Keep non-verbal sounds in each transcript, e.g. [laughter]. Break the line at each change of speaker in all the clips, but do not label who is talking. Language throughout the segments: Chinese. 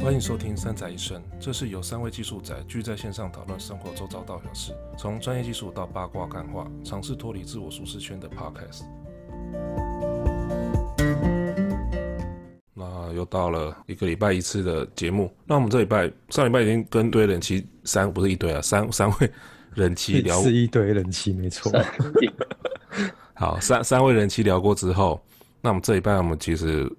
欢迎收听《三宅一生》，这是由三位技术宅聚在线上讨论生活周遭大小事，从专业技术到八卦干话，尝试脱离自我舒适圈的 Podcast。那又到了一个礼拜一次的节目，那我们这礼拜上礼拜已经跟堆人妻三不是一堆啊，三三位人
[laughs]
妻聊啊
是一堆人气，没
[laughs]
错。
好三三位人妻聊过之后，那我们这礼拜我们其实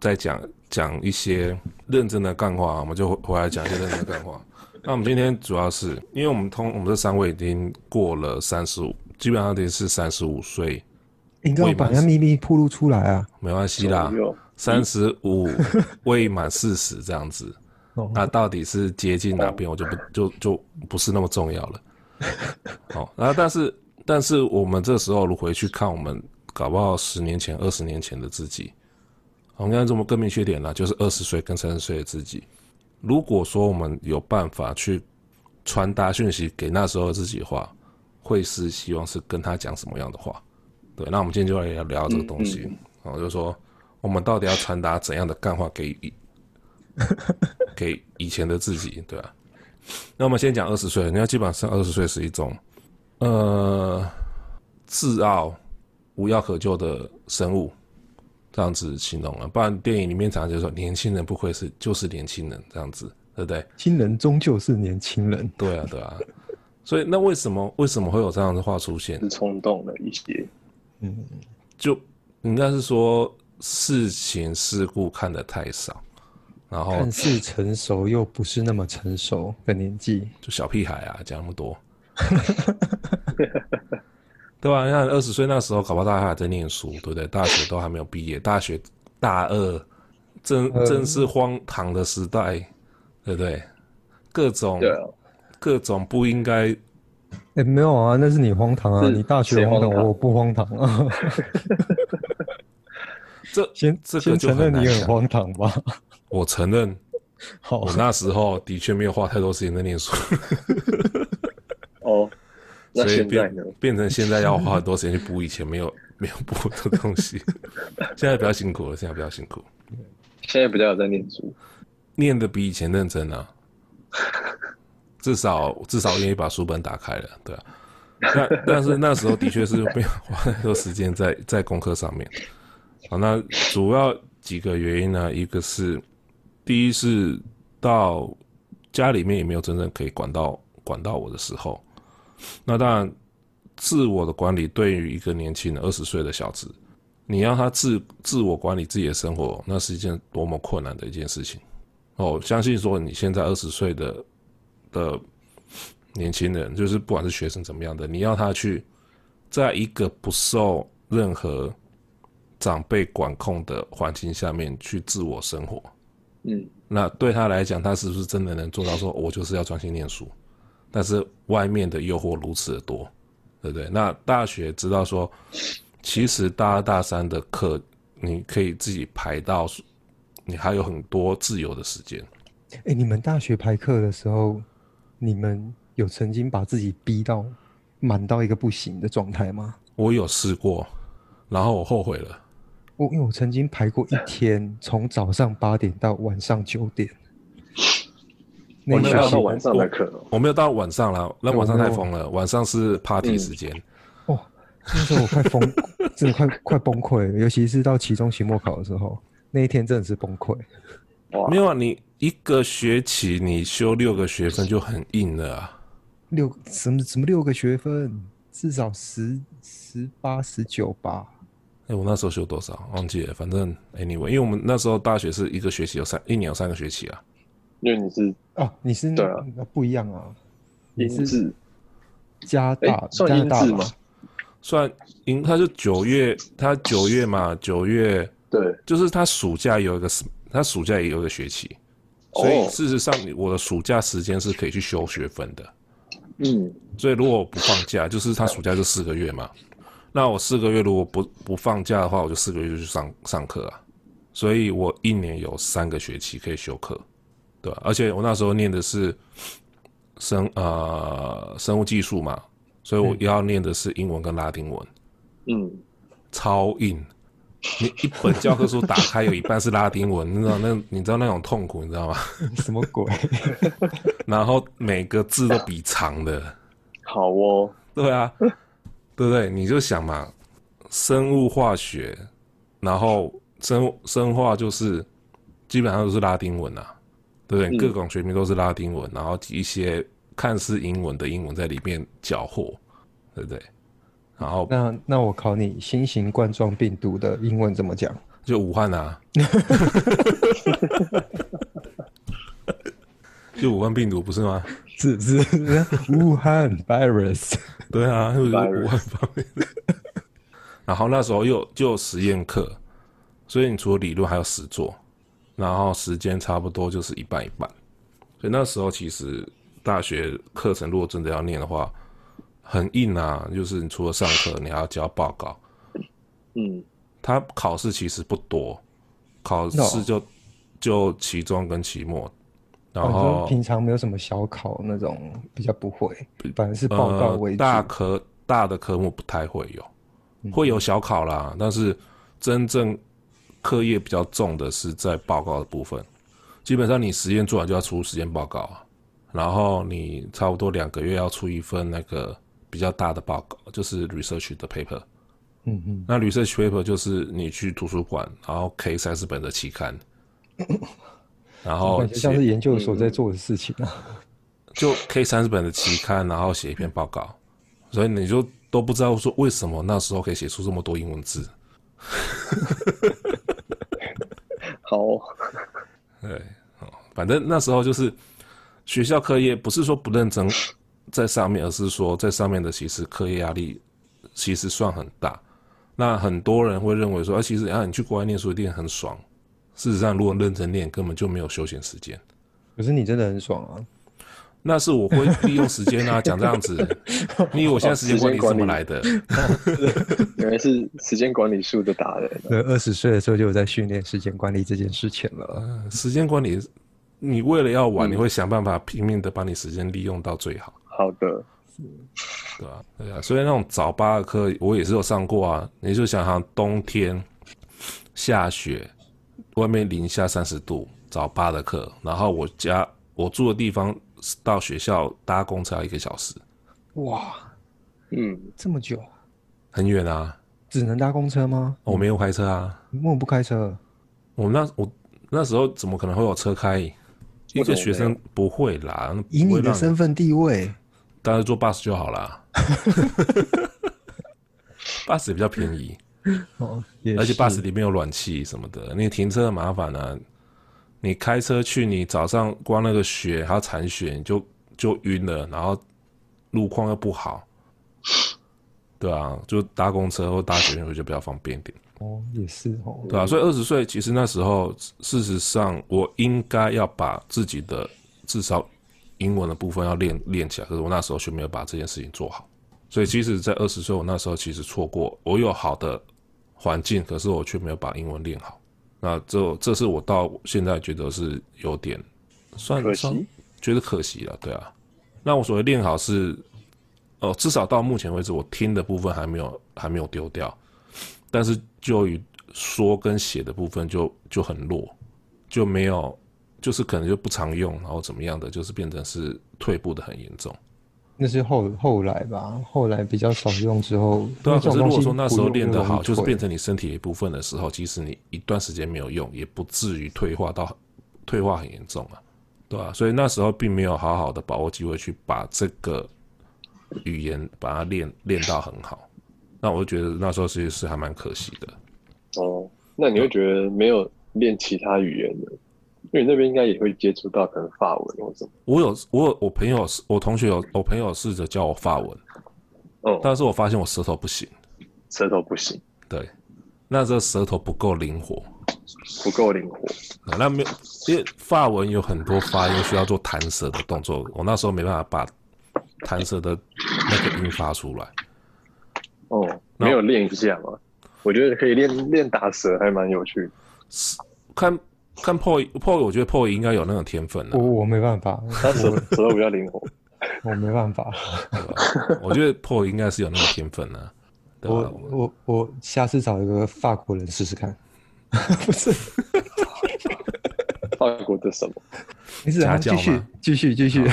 在讲讲一些认真的干话，我们就回来讲一些认真的干话。那我们今天主要是因为我们通我们这三位已经过了三十五，基本上已经是三十五岁，
哎你要把那秘密暴露出来啊！
没关系啦，三十五 [laughs] 未满四十这样子。
哦
那到底是接近哪边，我就不就就不是那么重要了。好，然后但是但是我们这时候如回去看我们，搞不好十年前、二十年前的自己，我们刚才这么更明确点啦，就是二十岁跟三十岁的自己。如果说我们有办法去传达讯息给那时候的自己的话，会是希望是跟他讲什么样的话？对，那我们今天就来聊聊这个东西。然后就说我们到底要传达怎样的干话给以给以前的自己，对吧、那我们先讲二十岁，人家基本上二十岁是一种呃自傲、无药可救的生物，这样子形容啊了。不然电影里面常常就说年轻人不愧是就是年轻人这样子，对不对？
新人终究是年轻人，
对啊，对啊。所以那为什么为什么会有这样的话出现？
是冲动了一些，
就应该是说事情事故看得太少，然后
看似成熟又不是那么成熟的年纪。
就小屁孩啊，讲那么
[laughs]
多，对啊吧、你看二十岁那时候，搞不好大家还在念书，对不对？大学都还没有毕业，大学大二正
嗯
正是荒唐的时代，对不对？各种
对啊，
各种不应该，
哎、没有啊，那是你荒唐啊！
是
你大学荒
谁荒唐
我不荒唐
[laughs]
啊。
这
先
这个
先
就
承
很
认
难
你很
讲。
荒唐
[laughs]
吧。
我承认，
好
我，那时候的确没有花太多时间在念书，
哦，那
所以
现在
变
呢？
变成现在要花很多时间去补以前没有没有补的东西。 [laughs] 现在比较辛苦了，现在比较辛苦。
现在比较有在念书，
念的比以前认真啊，至少至少愿意把书本打开了，对啊。那但是那时候的确是没有花太多时间在在功课上面。好，那主要几个原因呢？一个是第一是到家里面也没有真正可以管到管到我的时候，那当然自我的管理对于一个年轻人二十岁的小子，你让他自自我管理自己的生活，那是一件多么困难的一件事情。哦，相信说你现在二十岁的的年轻人，就是不管是学生怎么样的，你要他去在一个不受任何长辈管控的环境下面去自我生活，
嗯，
那对他来讲，他是不是真的能做到说，我就是要专心念书？但是外面的诱惑如此的多，对不对？那大学知道说，其实大二大三的课你可以自己排到，你还有很多自由的时间。
哎、你们大学排课的时候，你们有曾经把自己逼到满到一个不行的状态吗？
我有试过，然后我后悔了。
我因为我曾经排过一天，从早上八点到晚上九点。
我
一
哦那
没
学
有
要
期
到晚上的课哦，
我没有到晚上了，那
对
晚上
我没
太
有
疯了，晚上是 party 时间。
哦，那时候我快疯，真的快快崩溃了，尤其是到期中、期末考的时候，那一天真的是崩溃。
哇，
没有啊，你一个学期你修六个学分就很硬了啊。
六什么什么六个学分，至少十十八、十九吧。
哎、我那时候修多少忘记了，反正 anyway，因为我们那时候大学是一个学期有三，一年有三个学期啊。
因为你是
哦，你是
对啊
那不一样啊，你
音
是
质，
加大
哎算
加拿大
英制
吧
吗？
算，因他就九月，他九月嘛，九月
对，
就是他暑假有一个，他暑假也有一个学期，所以
哦
事实上你我的暑假时间是可以去修学分的。
嗯，
所以如果我不放假， [laughs] 就是他暑假就四个月嘛。那我四个月如果不不放假的话，我就四个月就去上上课啊。所以我一年有三个学期可以修课，对吧、而且我那时候念的是生呃生物技术嘛，所以我要念的是英文跟拉丁文，
嗯，
超硬。你一本教科书打开有一半是拉丁文，你知道那你知道那种痛苦，你知道吗？
[laughs] 什么鬼？ [laughs]
然后每个字都比长的，
好哦，
[laughs] 对啊，对不对？你就想嘛，生物化学，然后生生化就是基本上都是拉丁文啊，对不对？
嗯
各种学名都是拉丁文，然后一些看似英文的英文在里面搅和，对不对？然后
那那我考你，新型冠状病毒的英文怎么讲？
就武汉啊， [laughs] 就武汉病毒不是吗？
是是 [laughs] 是，武汉 virus。
对啊，就是
Virus
武汉方面的。 [laughs] 然后那时候又就有实验课，所以你除了理论还有实做，然后时间差不多就是一半一半。所以那时候其实大学课程如果真的要念的话，很硬啊，就是你除了上课，你还要交报告。
嗯，
他考试其实不多，考试
No
就就期中跟期末，然
反
后、
哦正平常没有什么小考那种，比较不会，反而是报告为嗯
呃、
主。
大科大的科目不太会有，会有小考啦，但是真正课业比较重的是在报告的部分。基本上你实验做完就要出实验报告啊，然后你差不多两个月要出一份那个比较大的报告，就是 research 的 paper。
嗯嗯，
那 research paper 就是你去图书馆，然后 K 三十本的期
[laughs]
刊，然后
感觉像
写
是研究
嗯
所在做的事情啊。
就 K 三十本的期刊，然后写一篇报告，所以你就都不知道说为什么那时候可以写出这么多英文字。
好哦，
对，哦，反正那时候就是学校课业不是说不认真在上面，而是说在上面的其实课业压力其实算很大。那很多人会认为说，啊，其实啊，你去国外念书一定很爽。事实上，如果认真念，根本就没有休闲时间。
可是你真的很爽啊！
那是我会利用时间啊，讲这样子。你以为我现在时间管理是怎么来的？
原来是时间管理术的达人啊，
呃，二十岁的时候就有在训练时间管理这件事情了。
时间管理，你为了要
嗯
玩，你会想办法拼命的把你时间利用到最好，
好的，
对吧、对啊，所以那种早八的课我也是有上过啊。你就想想冬天下雪，外面零下三十度，早八的课，然后我家我住的地方到学校搭公车要一个小时，
哇，
嗯，
这么久，
很远啊，
只能搭公车吗？
我没有开车啊，
你为什么不开车？
我那我那时候怎么可能会有车开？一个学生不会啦，那不
以你
会
的
让
身份地位，
当然坐 bus 就好啦 [laughs] bus 也比较便宜，
哦，也
而且
是
bus 里面有暖气什么的，你停车很麻烦啊。你开车去，你早上光那个雪还有铲雪，你就就晕了，然后路况又不好，对啊，就搭公车或搭捷运会就比较方便一点，
哦，也是哦，
对啊，所以二十岁其实那时候，事实上我应该要把自己的至少英文的部分要练练起来，可是我那时候却没有把这件事情做好。所以即使在二十岁，我那时候其实错过，我有好的环境，可是我却没有把英文练好。那这这是我到现在觉得是有点算
可惜
算觉得可惜了，对啊。那我所谓练好是，哦，至少到目前为止，我听的部分还没有还没有丢掉，但是就于说跟写的部分就就很弱，就没有，就是可能就不常用，然后怎么样的，就是变成是退步的很严重。
那是后后来吧，后来比较少用之后，
对啊，
因为这
可
种
是如果
东西
说那时候
不用
练得好，就
就容易
是
退
变成你身体的一部分的时候，即使你一段时间没有用，也不至于退化到退化很严重啊，对啊，所以那时候并没有好好的把握机会去把这个语言把它练练到很好，那我就觉得那时候其实是还蛮可惜的。
哦，那你会觉得没有练其他语言的，因为你那边应该也会接触到可能法文或什么，
我有我有我朋友我同学有我朋友试着教我法文，
嗯，
但是我发现我舌头不行，
舌头不行，
对，那时候舌头不够灵活。
不够灵活，
啊那没有，因为法文有很多发音需要做弹舌的动作，我那时候没办法把弹舌的那个音发出来。
哦，
那
没有练一下吗？我觉得可以练练打舌，还蛮有趣的。
看看 p o p o 我觉得 p o 应该有那种天分的、
我我没办法，
他舌舌头
[laughs]
比较灵活，
我没办法，
我觉得 p o 应该是有那种天分的、对吧
我？我我下次找一个法国人试试看，不是，
法国的什么？
没事啊，
家教
继续
嘛
继续继续，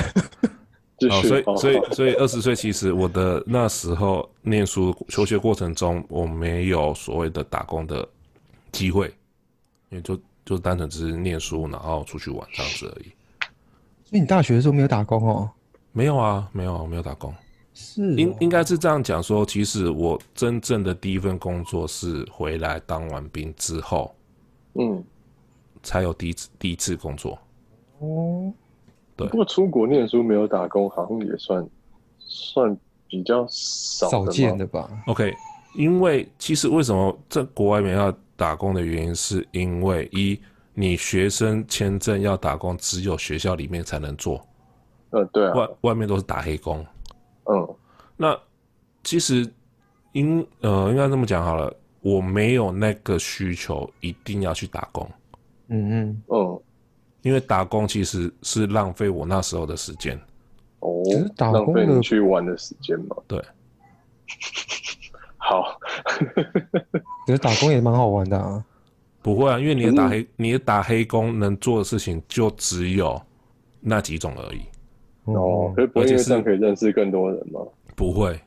继
哦，
续，
所以
好
所以
好
所以二十岁，其实我的那时候念书求学过程中，我没有所谓的打工的机会，因为就就单纯只是念书，然后出去玩这样子而已。
[laughs] 所以你大学的时候没有打工哦？
没有啊，没有啊，没有打工。
是
应
哦
应该是这样讲说，其实我真正的第一份工作是回来当完兵之后，
嗯，
才有第一次第一次工作。
哦，
对
不过出国念书没有打工，好像也算算比较少
少
嘛
见的吧？
OK，因为其实为什么在国外没有要打工的原因，是因为一，你学生签证要打工，只有学校里面才能做，
呃，对
哦
啊，
外外面都是打黑工。
嗯，
那其实应呃应该这么讲好了，我没有那个需求一定要去打工，
嗯嗯，
嗯，
因为打工其实是浪费我那时候的时间。
哦
其实，打
浪
工的
费你去玩的时间嘛。
对，
[laughs]
[laughs]
好，
可是打工也蛮好玩的啊。
不会啊，因为你的打黑你的打黑工能做的事情就只有那几种而已，
哦， [laughs] 可是不
而
会
且
因为
是
这样可以认识更多人吗？
不会。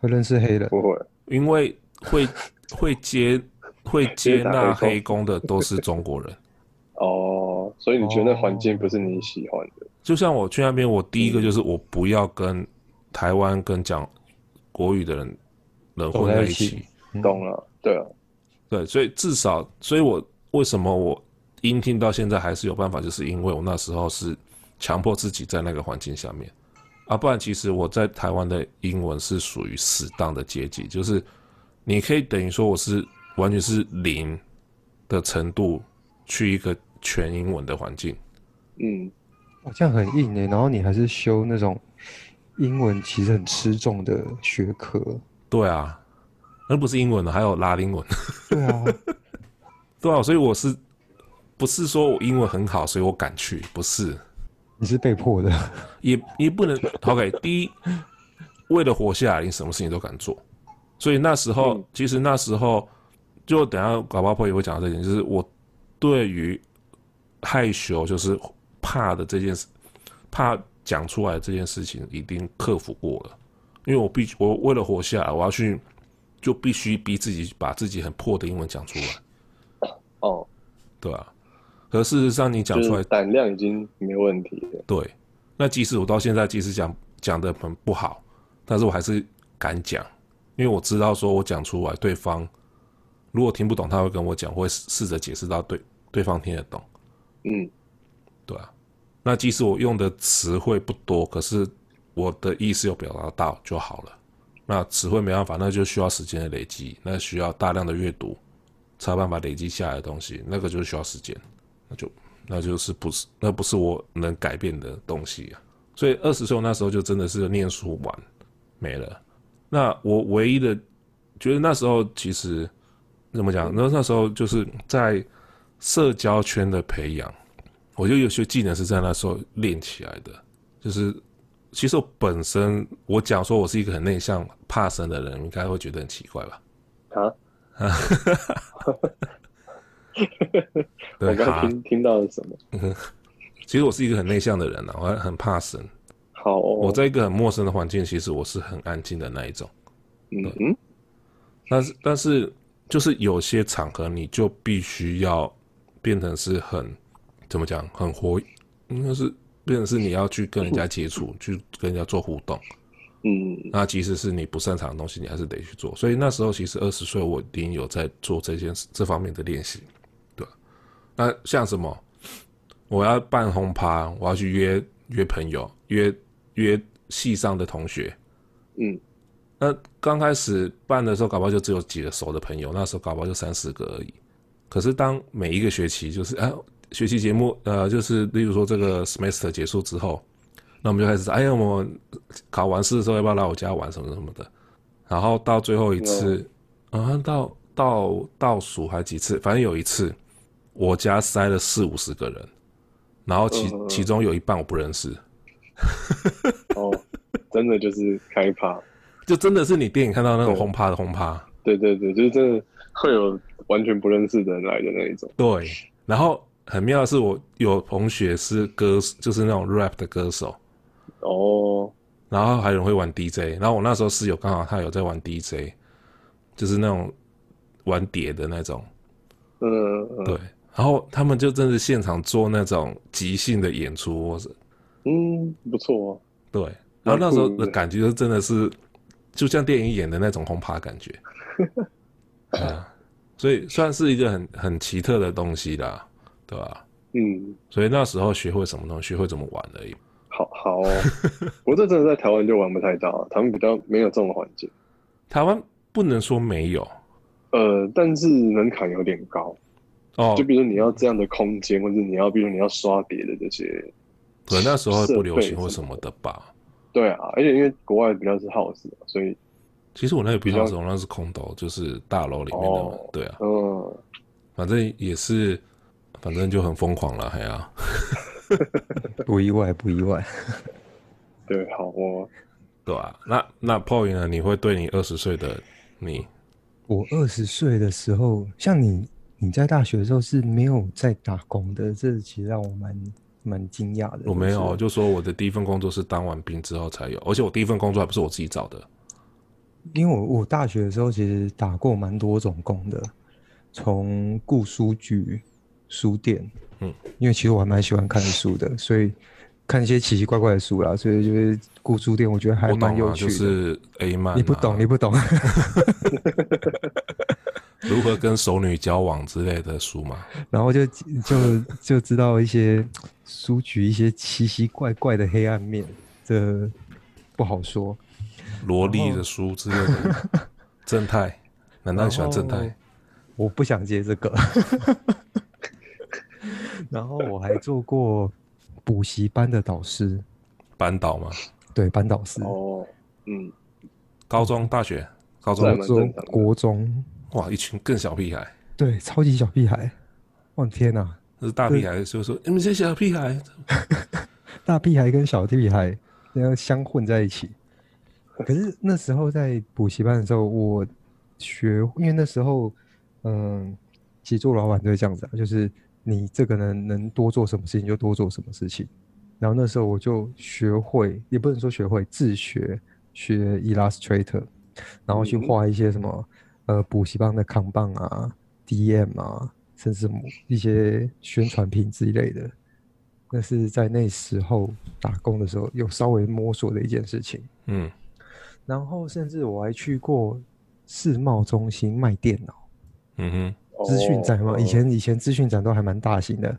会认识黑人，
不会，
因为会 [laughs] 会接会接纳
打黑
黑工的都是中国人。
哦，所以你觉得那环境不是你喜欢的？
就像我去那边，我第一个就是我不要跟台湾跟讲国语的人人混在一
走在一
起。
懂了，对啊，
对，所以至少，所以我为什么我音听到现在还是有办法，就是因为我那时候是强迫自己在那个环境下面啊，不然其实我在台湾的英文是属于适当的阶级，就是你可以等于说我是完全是零的程度去一个全英文的环境，
嗯，
哇，这样很硬欸诶。然后你还是修那种英文其实很吃重的学科，
对啊，那不是英文了，哦还有拉丁文， [laughs]
对啊，
对啊，所以我是不是说我英文很好，所以我敢去，不是，
你是被迫的，
也也不能 OK。第一，为了活下来，你什么事情都敢做。所以那时候，
嗯
其实那时候，就等一下搞爆破也会讲到这点，就是我对于害羞，就是怕的这件事，怕讲出来这件事情，已经克服过了。因为我必我为了活下来，我要去就必须逼自己把自己很破的英文讲出来，
哦，
对啊。可事实上，你讲
就
出来
是胆量已经没问题了。
对，那即使我到现在即使讲讲的很不好，但是我还是敢讲，因为我知道说我讲出来，对方如果听不懂，他会跟我讲，我会试试着解释到对对方听得懂，
嗯，
对啊。那即使我用的词汇不多，可是我的意思有表达到就好了。那词汇没办法，那就需要时间的累积，那需要大量的阅读，才有办法累积下来的东西，那个就需要时间，那就那就是不是那不是我能改变的东西啊。所以二十岁我那时候就真的是念书完没了。那我唯一的觉得那时候其实怎么讲？那那时候就是在社交圈的培养，我觉得有些技能是在那时候练起来的。就是其实我本身我讲说我是一个很内向、怕生的人，应该会觉得很奇怪吧？ [laughs]
啊，
对
我刚
哈
听听到了什么？
其实我是一个很内向的人啊，我很怕生。
好哦，
我在一个很陌生的环境，其实我是很安静的那一种。
嗯嗯，
但是但是就是有些场合你就必须要变成是很怎么讲，很活，应该是变成是你要去跟人家接触，去跟人家做互动。
嗯，
那即使是你不擅长的东西，你还是得去做。所以那时候其实二十岁，我已经有在做这件事这方面的练习，对吧。那像什么，我要办轰趴，我要去约约朋友，约约系上的同学，
嗯，
那刚开始办的时候，搞不好就只有几个熟的朋友，那时候搞不好就三四个而已。可是当每一个学期，就是啊，学期节目，呃，就是例如说这个 semester 结束之后，那我们就开始，哎呀，我们考完试的时候要不要来我家玩什么什么的？然后到最后一
嗯
次，啊，到到倒数还几次，反正有一次，我家塞了四五十个人，然后其
嗯嗯嗯
其中有一半我不认识，
哦，真的就是开趴，
就真的是你电影看到那种
对
轰趴的轰趴。
对对对，就是真的会有完全不认识的人来的那一种。
对，然后很妙的是，我有同学是歌，就是那种 rap 的歌手，
哦，
然后还有人会玩 DJ，然后我那时候室友刚好他有在玩 DJ，就是那种玩碟的那种，
嗯嗯
对，然后他们就真的现场做那种即兴的演出，我是
嗯，不错、哦。
对，然后那时候
蛮酷
的
的
感觉就真的是就像电影演的那种轰趴感觉，对啊，所以算是一个很很奇特的东西啦，对吧、
嗯，
所以那时候学会什么东西，学会怎么玩而已。
好
[laughs]
好、哦。不过这真的在台湾就玩不太到，啊他们比较没有这种环节。
台湾不能说没有
呃，但是门槛有点高，
哦
就，比如说你要这样的空间，或者你要，比如说你要刷碟的这些，
可能那时候不流
设
行
备
或什么的吧。
对啊，而且因为国外比较是 house，嘛所以
其实我那也不
比较
像什么，那是空投，就是大楼里面的嘛
哦。
对啊，
嗯，
反正也是，反正就很疯狂了，还啊，
不意外，不意外。
对，好哦，
对啊。那那 Paul 呢？你会对你二十岁的你，
我二十岁的时候，像你，你在大学的时候是没有在打工的，这其实让我蛮蛮惊讶的。
我没有，
就是
我就说我的第一份工作是当完兵之后才有，而且我第一份工作还不是我自己找的。
因为我我大学的时候其实打过蛮多种工的，从雇书局、书店，
嗯，
因为其实我还蛮喜欢看书的，所以看一些奇奇怪怪的书啦，所以就是雇书店，我觉得还
我
蛮
懂
有
啊，
趣
就
的。
是 A 漫、啊，
你不懂，你不懂，
如何跟熟女交往之类的书嘛？
然后就就就知道一些书局一些奇奇怪怪的黑暗面，这不好说。
萝莉的书之类的，
[laughs]
正太，难道你喜欢正太？
我不想接这个。 [laughs] 然后我还做过补习班的导师，
班导吗？
对，班导师，
哦，嗯，
高中、大学、高
在
中，
蛮
中
正常的
国中，
哇，一群更小屁孩，
对，超级小屁孩，我天哪，
那是大屁孩，就说你们这些小屁孩，
大屁孩跟小屁孩然后相混在一起。可是那时候在补习班的时候，我学，因为那时候，嗯，其实做老板就是这样子啊，就是你这个人能多做什么事情就多做什么事情。然后那时候我就学会，也不能说学会，自学学 Illustrator，然后去
嗯
画一些什么，呃，补习班的扛棒啊、DM 啊，甚至什么一些宣传品之类的。那是在那时候打工的时候有稍微摸索的一件事情。
嗯，
然后甚至我还去过世贸中心卖电脑
嗯
哦
资讯展嘛，以前以前资讯展都还蛮大型的，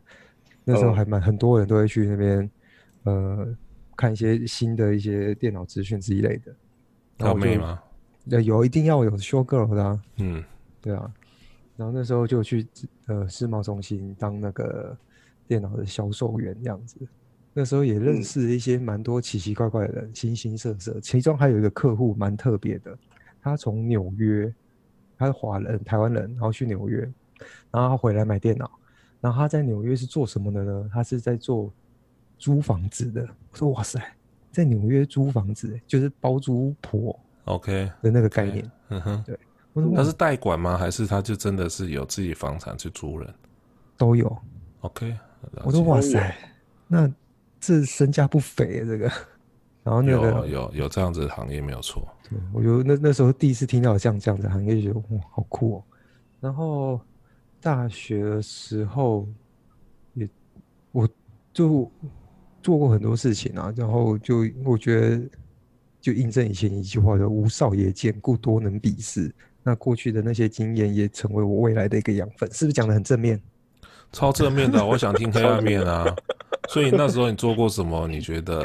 那时候
嗯
还蛮很多人都会去那边，呃，看一些新的一些电脑资讯之类的。
哼，
然
要
后我就
妹？吗？
呃，有一定要有 show girl 的、啊，
嗯，
对啊，然后那时候就去呃世贸中心当那个电脑的销售员这样子。那时候也认
嗯
识一些蛮多奇奇怪怪的人，形形色色。其中还有一个客户蛮特别的，他从纽约，他是华人，台湾人，然后去纽约，然后他回来买电脑。然后他在纽约是做什么的呢？他是在做租房子的。我说哇塞，在纽约租房子就是包租婆
OK，
的那个概念。
嗯哼，
我说
他
哇
是代管吗？还是他就真的是有自己房产去租人
都有，
？OK，了解
我说哇
都有
塞，那这身价不菲耶这个。然后那
有
个，
有有这样子的行业没有错，
对我就那那时候第一次听到有这样这样的行业，就觉得哇好酷哦。然后大学的时候也我就做过很多事情啊，然后就我觉得就印证以前一句话叫“无少也见，故多能鄙视”。那过去的那些经验也成为我未来的一个养分，是不是讲的很正面？
超正面
[laughs]
的啊，我想听黑暗面啊。所以那时候你做过什么？你觉
[laughs]
得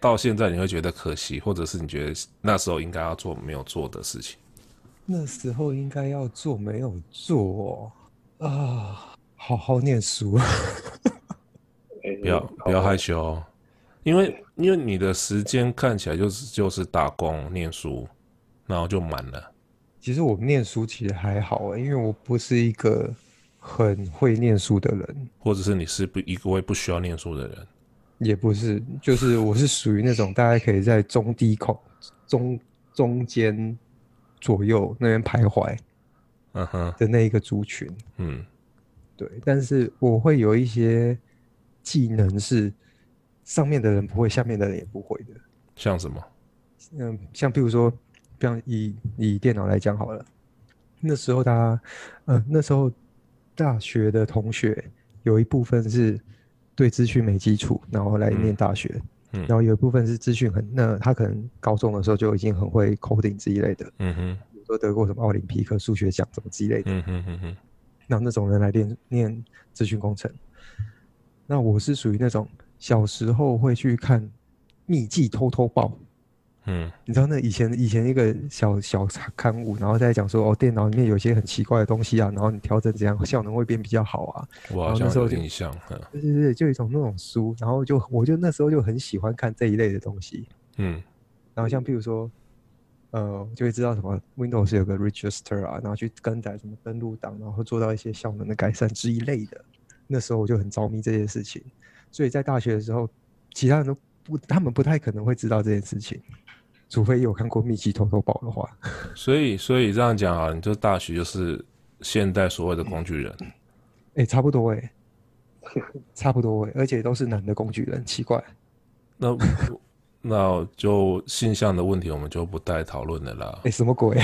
到现在你会觉得可惜，或者是你觉得那时候应该要做没有做的事情？
那时候应该要做，没有做哦啊，好好念书。啊
哎
不要不要害羞哦，因为因为你的时间看起来就是就是打工念书，然后就满了。
[laughs] 其实我念书其实还好欸，因为我不是一个很会念书的人，
或者是你是不一位不需要念书的人，
也不是，就是我是属于那种大家可以在中低口、中中间左右那边徘徊
嗯哼，
的那一个族群。
嗯
对，但是我会有一些技能是上面的人不会，下面的人也不会的。
像什么？
嗯，像比如说，比方以以电脑来讲好了，那时候他，嗯、那时候大学的同学有一部分是对资讯没基础，然后来念
嗯
大学，
嗯
然后有一部分是资讯很，那他可能高中的时候就已经很会 coding 这一类的，
嗯哼，
比如说得过什么奥林匹克数学奖什么之类的。
嗯哼嗯哼，
让那种人来练念资讯工程。那我是属于那种小时候会去看秘技偷偷报，
嗯
你知道那以前以前一个小小刊物，然后再讲说哦，电脑里面有些很奇怪的东西啊，然后你调整怎样效能会变比较好啊，
我
然
好
后那
像
时候
有
就
印象，嗯
对对对，就有一种那种书，然后就我就那时候就很喜欢看这一类的东西，
嗯
然后像譬如说。呃，就会知道什么 Windows 有个 Register 啊，然后去更改什么登录档，然后做到一些效能的改善之一类的。那时候我就很着迷这件事情，所以在大学的时候，其他人都不，他们不太可能会知道这件事情，除非有看过《密集偷偷报》的话。
嗯所以所以这样讲啊，你就大学就是现代所谓的工具人，
哎、差不多哎、差不多哎、而且都是男的工具人，奇怪。
那那就性向的问题我们就不再讨论了啦
哎、。什么鬼？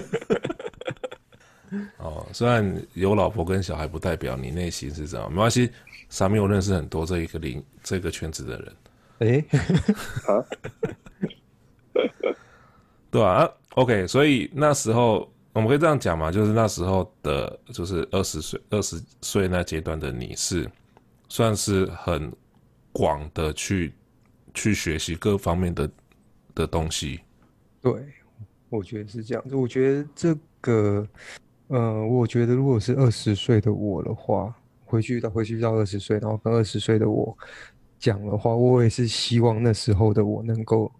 [laughs]
哦，虽然有老婆跟小孩，不代表你内心是这样，没关系。傻咪，我认识很多这一个领这个圈子的人，
哎、
啊，
对吧、啊、？OK，所以那时候我们可以这样讲嘛，就是那时候的，就是二十岁、二十岁那阶段的你是算是很广的去去学习各方面的的东西。
对，我觉得是这样子。我觉得这个，呃，我觉得如果是二十岁的我的话，回去到回去到二十岁，然后跟二十岁的我讲的话，我也是希望那时候的我能够，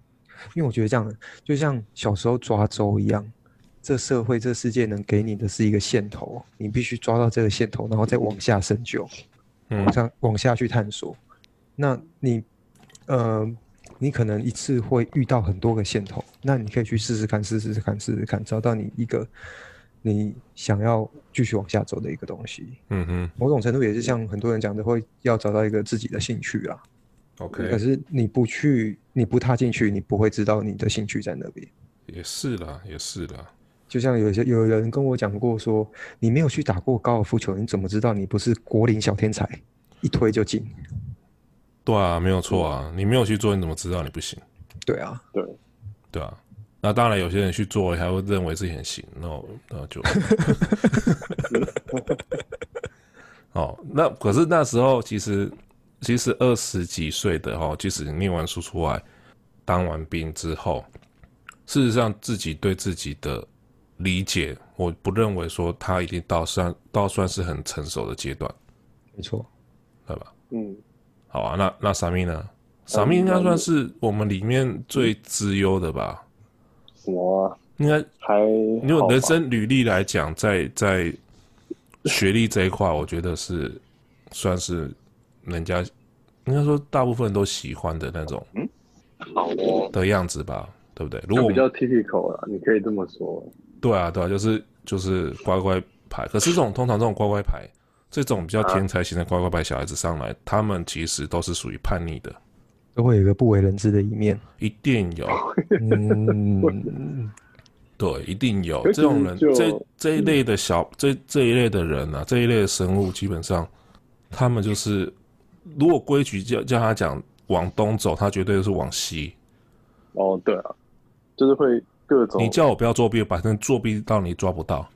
因为我觉得这样，就像小时候抓周一样，这社会这世界能给你的是一个线头，你必须抓到这个线头，然后再往下深究。
嗯
往上往下去探索。那你，呃，你可能一次会遇到很多个线头，那你可以去试试看，试试看，试试看，找到你一个你想要继续往下走的一个东西。
嗯哼
某种程度也是像很多人讲的，会要找到一个自己的兴趣啊。可
，OK，
是你不去，你不踏进去，你不会知道你的兴趣在那边。
也是啦，也是啦。
就像有些有人跟我讲过说，你没有去打过高尔夫球，你怎么知道你不是国林小天才？一推就进。
对啊，没有错啊，你没有去做，你怎么知道你不行？
对啊，
对，
对啊，那当然，有些人去做还会认为自己很行，那我那就， [laughs] 哦，那可是那时候其实其实二十几岁的哈、哦，即使你念完书出来，当完兵之后，事实上自己对自己的理解，我不认为说他一定到算到算是很成熟的阶段，
没错。
对吧？
嗯，
好啊，那那傻咪呢？傻咪应该算是我们里面最资优的吧？
什么啊？
应该
还
你有
好吧
人生履历来讲，在在学历这一块，我觉得是算是人家应该说大部分人都喜欢的那种
好哦，
的样子吧，对不对？如
那
果我
比较
们
typical 啦，你可以这么说。
对啊，对啊，就是就是乖乖牌。可是这种通常这种乖乖牌，这种比较
啊
天才型的乖乖牌小孩子上来，他们其实都是属于叛逆的，
都会有一个不为人知的一
[laughs]
面。
一定有，
嗯，
对，一定有
可
这
是
种人，
就嗯
这这一类的小这这一类的人啊，这一类的生物，基本上他们就是，如果规矩叫叫他讲往东走，他绝对是往西。
哦，对啊，就是会各种
你，叫我不要作弊，反正作弊到你抓不到。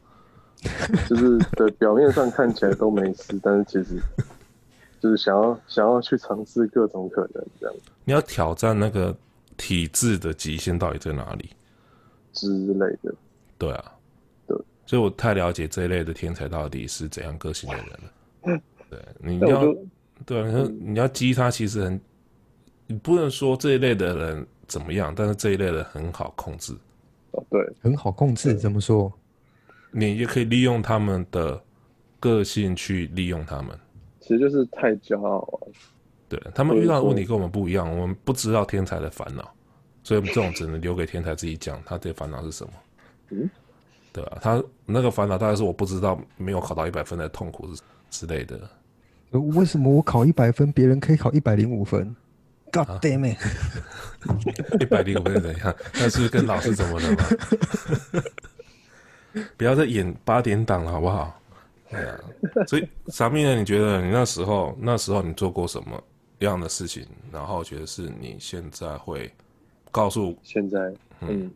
就是对表面上看起来都没事， [laughs] 但是其实就是想要想要去尝试各种可能这样
你要挑战那个体制的极限到底在哪里？
之类的。
对啊，
对，
所以我太了解这一类的天才到底是怎样个性的人
[laughs]
了。对，你
但
要
我就
对啊，你说你要激他，其实很，你不能说这一类的人怎么样，但是这一类的人很好控制，
哦，对，
很好控制，怎么说？
你也可以利用他们的个性去利用他们。
其实就是太骄傲啊。
对他们遇到的问题跟我们不一样，我们不知道天才的烦恼，所以我们这种只能留给天才自己讲他的烦恼是什么。
嗯，
对吧、他那个烦恼大概是我不知道没有考到一百分的痛苦之之类的。
呃为什么我考一百分，别人可以考一百零五分？God damn
啊
it！
一百零五分是怎样？那是不是跟老师怎么了嘛？不要再演八点档了，好不好？对啊，所以傻逼呢？你觉得你那时候那时候你做过什么样的事情？然后觉得是你现在会告诉
现在嗯，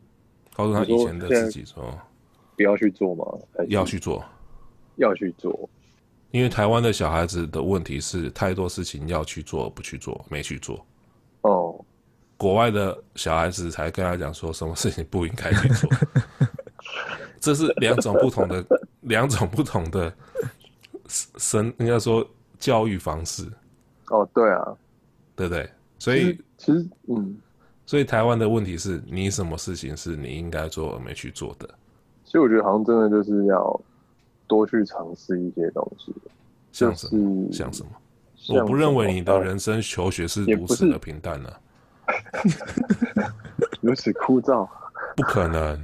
告诉他以
你说
前的
现在
自己说
不要去做吗？还是
要去做，
要去做，
因为台湾的小孩子的问题是太多事情要去做不去做没去做，
哦，
国外的小孩子才跟他讲说什么事情不应该去
[laughs]
做，这是两种不同的两种不同的生应该说教育方式，
哦，对啊，
对不对？所以
其实嗯，
所以台湾的问题是你什么事情是你应该做而没去做的。
其实我觉得好像真的就是要多去尝试一些东西，
像
就
什
是
么？像什么？
像
我不认为你
什
的
么啊
人生求学是
也
如
不
此
是
的平淡呢、啊
如此枯燥，
不可能，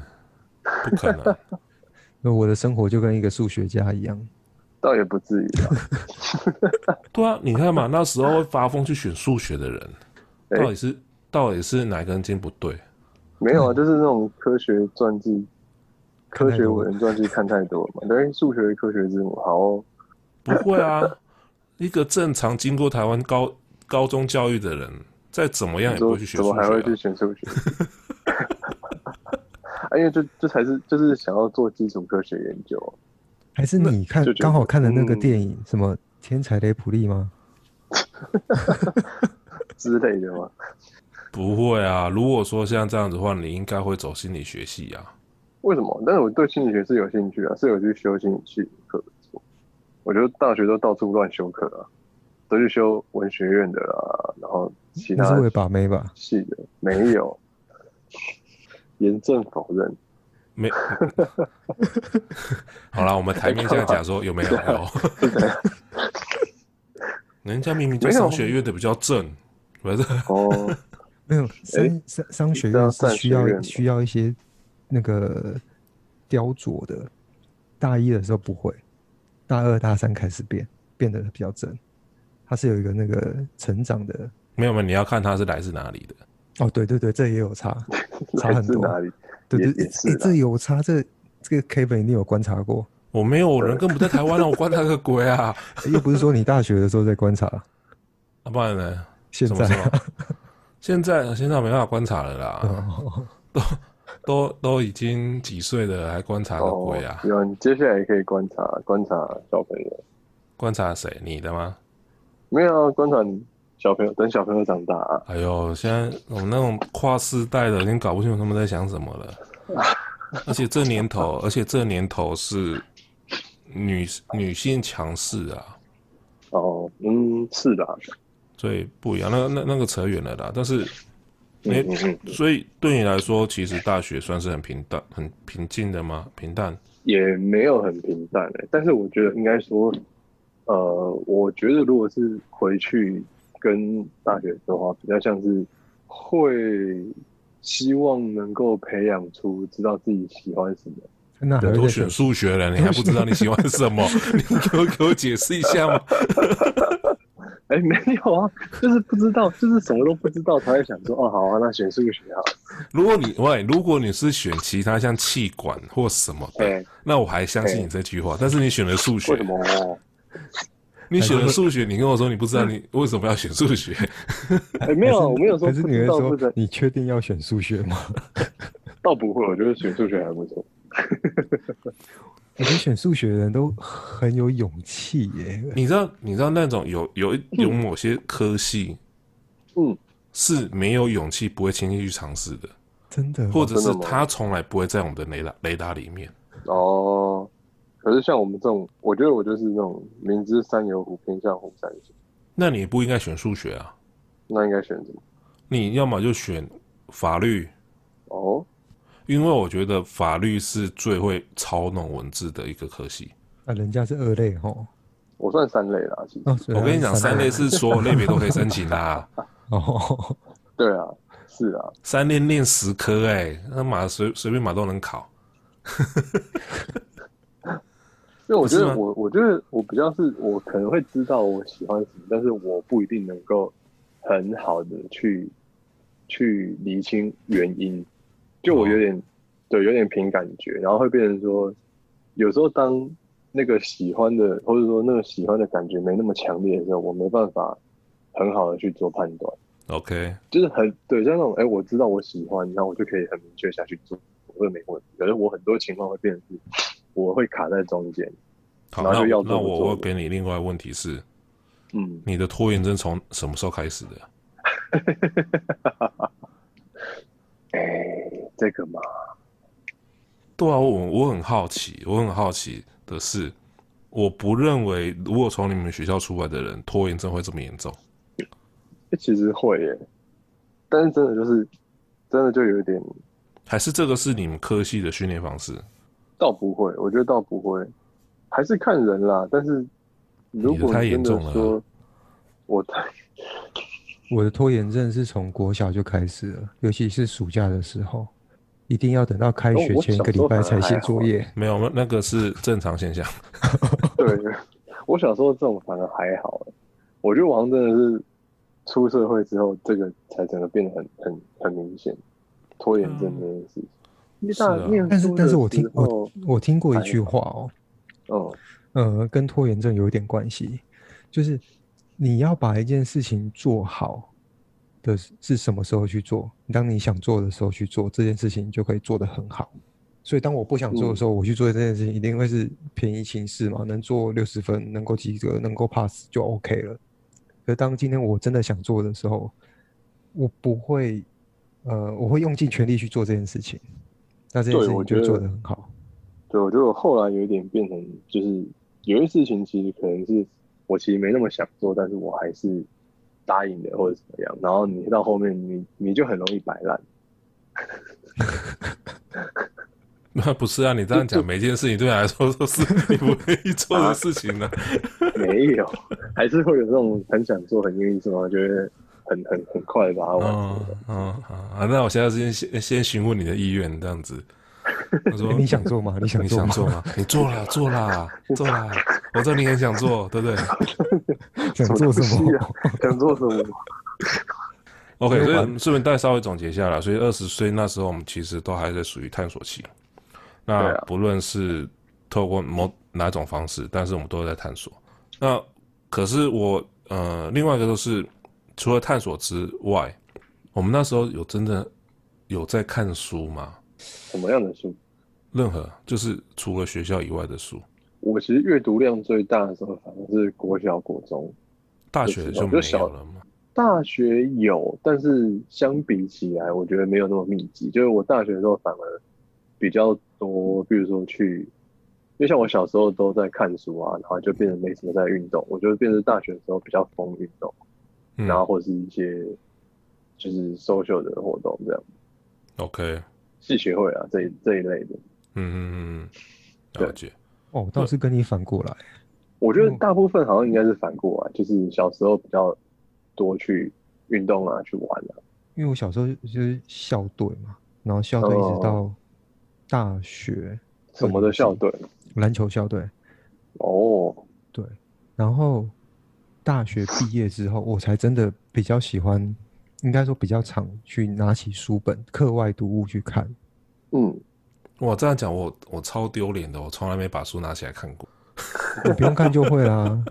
不可能。
[laughs]
那我的生活就跟一个数学家一样。
倒也不至于吧。
对啊，你看嘛，那时候会发疯去选数学的人，
哎
到底是到底是哪根筋不对？
没有啊，就是那种科学传记、
看
科
太
学
多
文传记看太多了嘛。对，数学科学字母好、哦，
不会啊，一个正常经过台湾高高中教育的人，再怎么样
你
也不
说
会去学
怎
数
么
学、啊
还会去选
[laughs]
数学？啊，因为这这才是就是想要做基础科学研究，
还是你看
就觉得
刚好看的那个
嗯
电影，什么《天才雷普利》吗？
之类的嘛。
不会啊。如果说像这样子的话，你应该会走心理学系啊。
为什么？但是我对心理学是有兴趣啊，是有去修心理系课的。我觉得大学都到处乱修课啊，都去修文学院的啦，然后其
那
他
是为把妹吧？
系的没有，严正否认。 [laughs]
没，好啦，我们台面下讲说有没有？
[laughs]
有人家明明就
没有
商学院的比较正，不是？
哦，
没有，商商商学
知道
院是
商
需
学院
要
吗
需要一些那个雕琢的。大一的时候不会，大二大三开始变，变得比较正。它是有一个那个成长的。
没有没有，你要看他是来自哪里的。
哦，对对对，这也有差， [laughs]
[laughs]
差
来
很
自
多。
哪里？
对
也
对，
也是
诶
啦
这有差，这这个 Kevin 一定有观察过，
我没有，我人根本不在台湾啊，我关他个鬼啊！
诶又不是说你大学的时候在观察，
[laughs] 啊，不然呢？
现
什么时
在
候？现在啊嗯现在没办法观察了啦，
哦，
都都已经几岁了，还观察个鬼啊？
哦有，你接下来也可以观察观察小朋友，
观察谁？你的吗？
没有啊，观察你小朋友，等小朋友长大啊，
哎呦，现在我们那种跨世代的已经搞不清楚他们在想什么了。而且这年头，而且这年头是女女性强势啊，
哦，嗯，是的啊，
所以不一样。那那那个扯远了啦。但是，
嗯
哎、
嗯嗯，
所以对你来说，其实大学算是很平淡、很平静的吗？平淡
也没有很平淡诶、但是我觉得应该说，呃，我觉得如果是回去跟大学的话，比较像是会希望能够培养出知道自己喜欢什么。
[laughs] 那还
人
会
都
再
选数学了，你还不知道你喜欢什么？ [laughs] 你给我给我解释一下吗？
哎、没
[laughs]
有啊，就是不知道，就是什么都不知道，才会想说，哦，好啊，那选数学
[laughs]
好了。
如果你喂，如果你是选其他像气管或什么的，
哎
那我还相信你这句话。但是你选了数学
为什，么啊？
你选了数学，你跟我说你不知道你为什么要选数学，
哎、没有啊，我没有
[laughs]
说
可是
不
你
知
会
道不知
说，你确定要选数学吗？
倒不会，我觉得选数学还不错。
我觉得哎选数学的人都很有勇气耶。
你知道，你知道那种有有一有某些科系
嗯，
是没有勇气、不会轻易去尝试的，
真的，
或者是
哦真的吗
他从来不会在我们的雷达雷达里面。
哦，可是像我们这种，我觉得我就是那种明知山有虎，偏向虎山行。
那你不应该选数学啊，
那应该选什么？
你要么就选法律，
哦，
因为我觉得法律是最会操弄文字的一个科系。
啊，人家是二类吼。
我算三类啦，其实。
哦，
我跟你讲，三类
类
是所有类别都可以申请的、啊，
哦，
对啊，是啊，
三类念十科、欸，哎，那马随随便马都能考。
因为我觉
不是
得
吗
我，我觉得我比较是我可能会知道我喜欢什么，但是我不一定能够很好的去去厘清原因。就我有点、
哦
对，有点凭感觉，然后会变成说，有时候当那个喜欢的或者说那个喜欢的感觉没那么强烈的时候，我没办法很好的去做判断，
OK，
就是很对，像那种哎、我知道我喜欢，然后我就可以很明确下去做，我会没问题。可是我很多情况会变成是，我会卡在中间，
好，
然
那
后就要
那
做不
我
做
我
的
给你另外问题是，
嗯。
你的拖延症从什么时候开始的？
哎、这个嘛，
对啊，我我很好奇，我很好奇的是，我不认为如果从你们学校出来的人拖延症会这么严重。
欸其实会耶，但是真的就是，真的就有一点，
还是这个是你们科系的训练方式？
倒不会，我觉得倒不会，还是看人啦。但是如
你的
果
太
你真
严重
的
了啊
说，我太 [laughs]
我的拖延症是从国小就开始了，尤其是暑假的时候，一定要等到开
哦
学
我
前一
小
个
时
礼
候
拜
反
才
而
写
还
作
好啊
业。
没有，那个是正常现象。 [laughs]
对，我小时候这种反而还好耶，我觉得我好像真的是出社会之后，这个才整个变得很很很明显，拖延症这件事情。因为
嗯是啊
大念
嗯但是
书，
但
的
是我
时
听我
候
我听过一
还
句话哦，
嗯，
呃，跟拖延症有一点关系，就是你要把一件事情做好的是是什么时候去做？当你想做的时候去做这件事情，就可以做得很好。所以当我不想做的时
嗯
候，我去做这件事情，一定会是便宜行事嘛，能做六十分，能够及格，能够 pass 就 OK 了。可是当今天我真的想做的时候，我不会，呃，我会用尽全力去做这件事情，那这件
对
事情
我
就
觉
做
得
得很 [laughs] 好。
对，我觉得我后来有一点变成，就是有些事情其实可能是我其实没那么想做，但是我还是答应的或者怎么样。然后你到后面你你就很容易摆烂，
那不是啊，你这样讲，每件事情对你来说都是你不愿意做的事情啊呢、
没有， [laughs] 还是会有那种很想做、很愿意做，然后就会很很很快地把它完成
嗯
的。
嗯好啊，那我现在先先先询问你的意愿，这样子。他说
诶哎你想做吗？你想
你
做
想
吗？
做吗？你做啦，做啦，做啦！我知道你很想做，对不
[laughs]
对
[laughs] 想做什
么东西
么
啊？想做什么？
？OK，
没
所
有
以
吧
我们顺便再稍微总结一下啦。所以二十岁那时候，我们其实都还在属于探索期。那
对啊
不论是透过某哪种方式，但是我们都在探索。那可是我呃，另外一个就是除了探索之外，我们那时候有真的有在看书吗？
什么样的书？
任何就是除了学校以外的书，
我其实阅读量最大的时候，反而是国小、国中。
大学就没有了吗？
大学有，但是相比起来，我觉得没有那么密集。就是我大学的时候反而比较多，比如说去，因为像我小时候都在看书啊，然后就变得没什么在运动。我就变成大学的时候比较疯运动，
嗯
然后或是一些就是 social 的活动这样，
，OK，嗯
系学会啊这一这一类的。
嗯嗯嗯嗯，
对
了解。
哦，我倒是跟你反过来，
我觉得大部分好像应该是反过来，就是小时候比较多去运动啊，去玩啊。
因为我小时候就是校队嘛，然后校队一直
哦
到大学
什么的校队
篮球校队，
哦，
对，然后大学毕业之后，我才真的比较喜欢，应该说比较常去拿起书本、课外读物去
[laughs]
看。
嗯，
哇，这样讲我我超丢脸的，我从来没把书拿起来看过。
你不用看就会啦，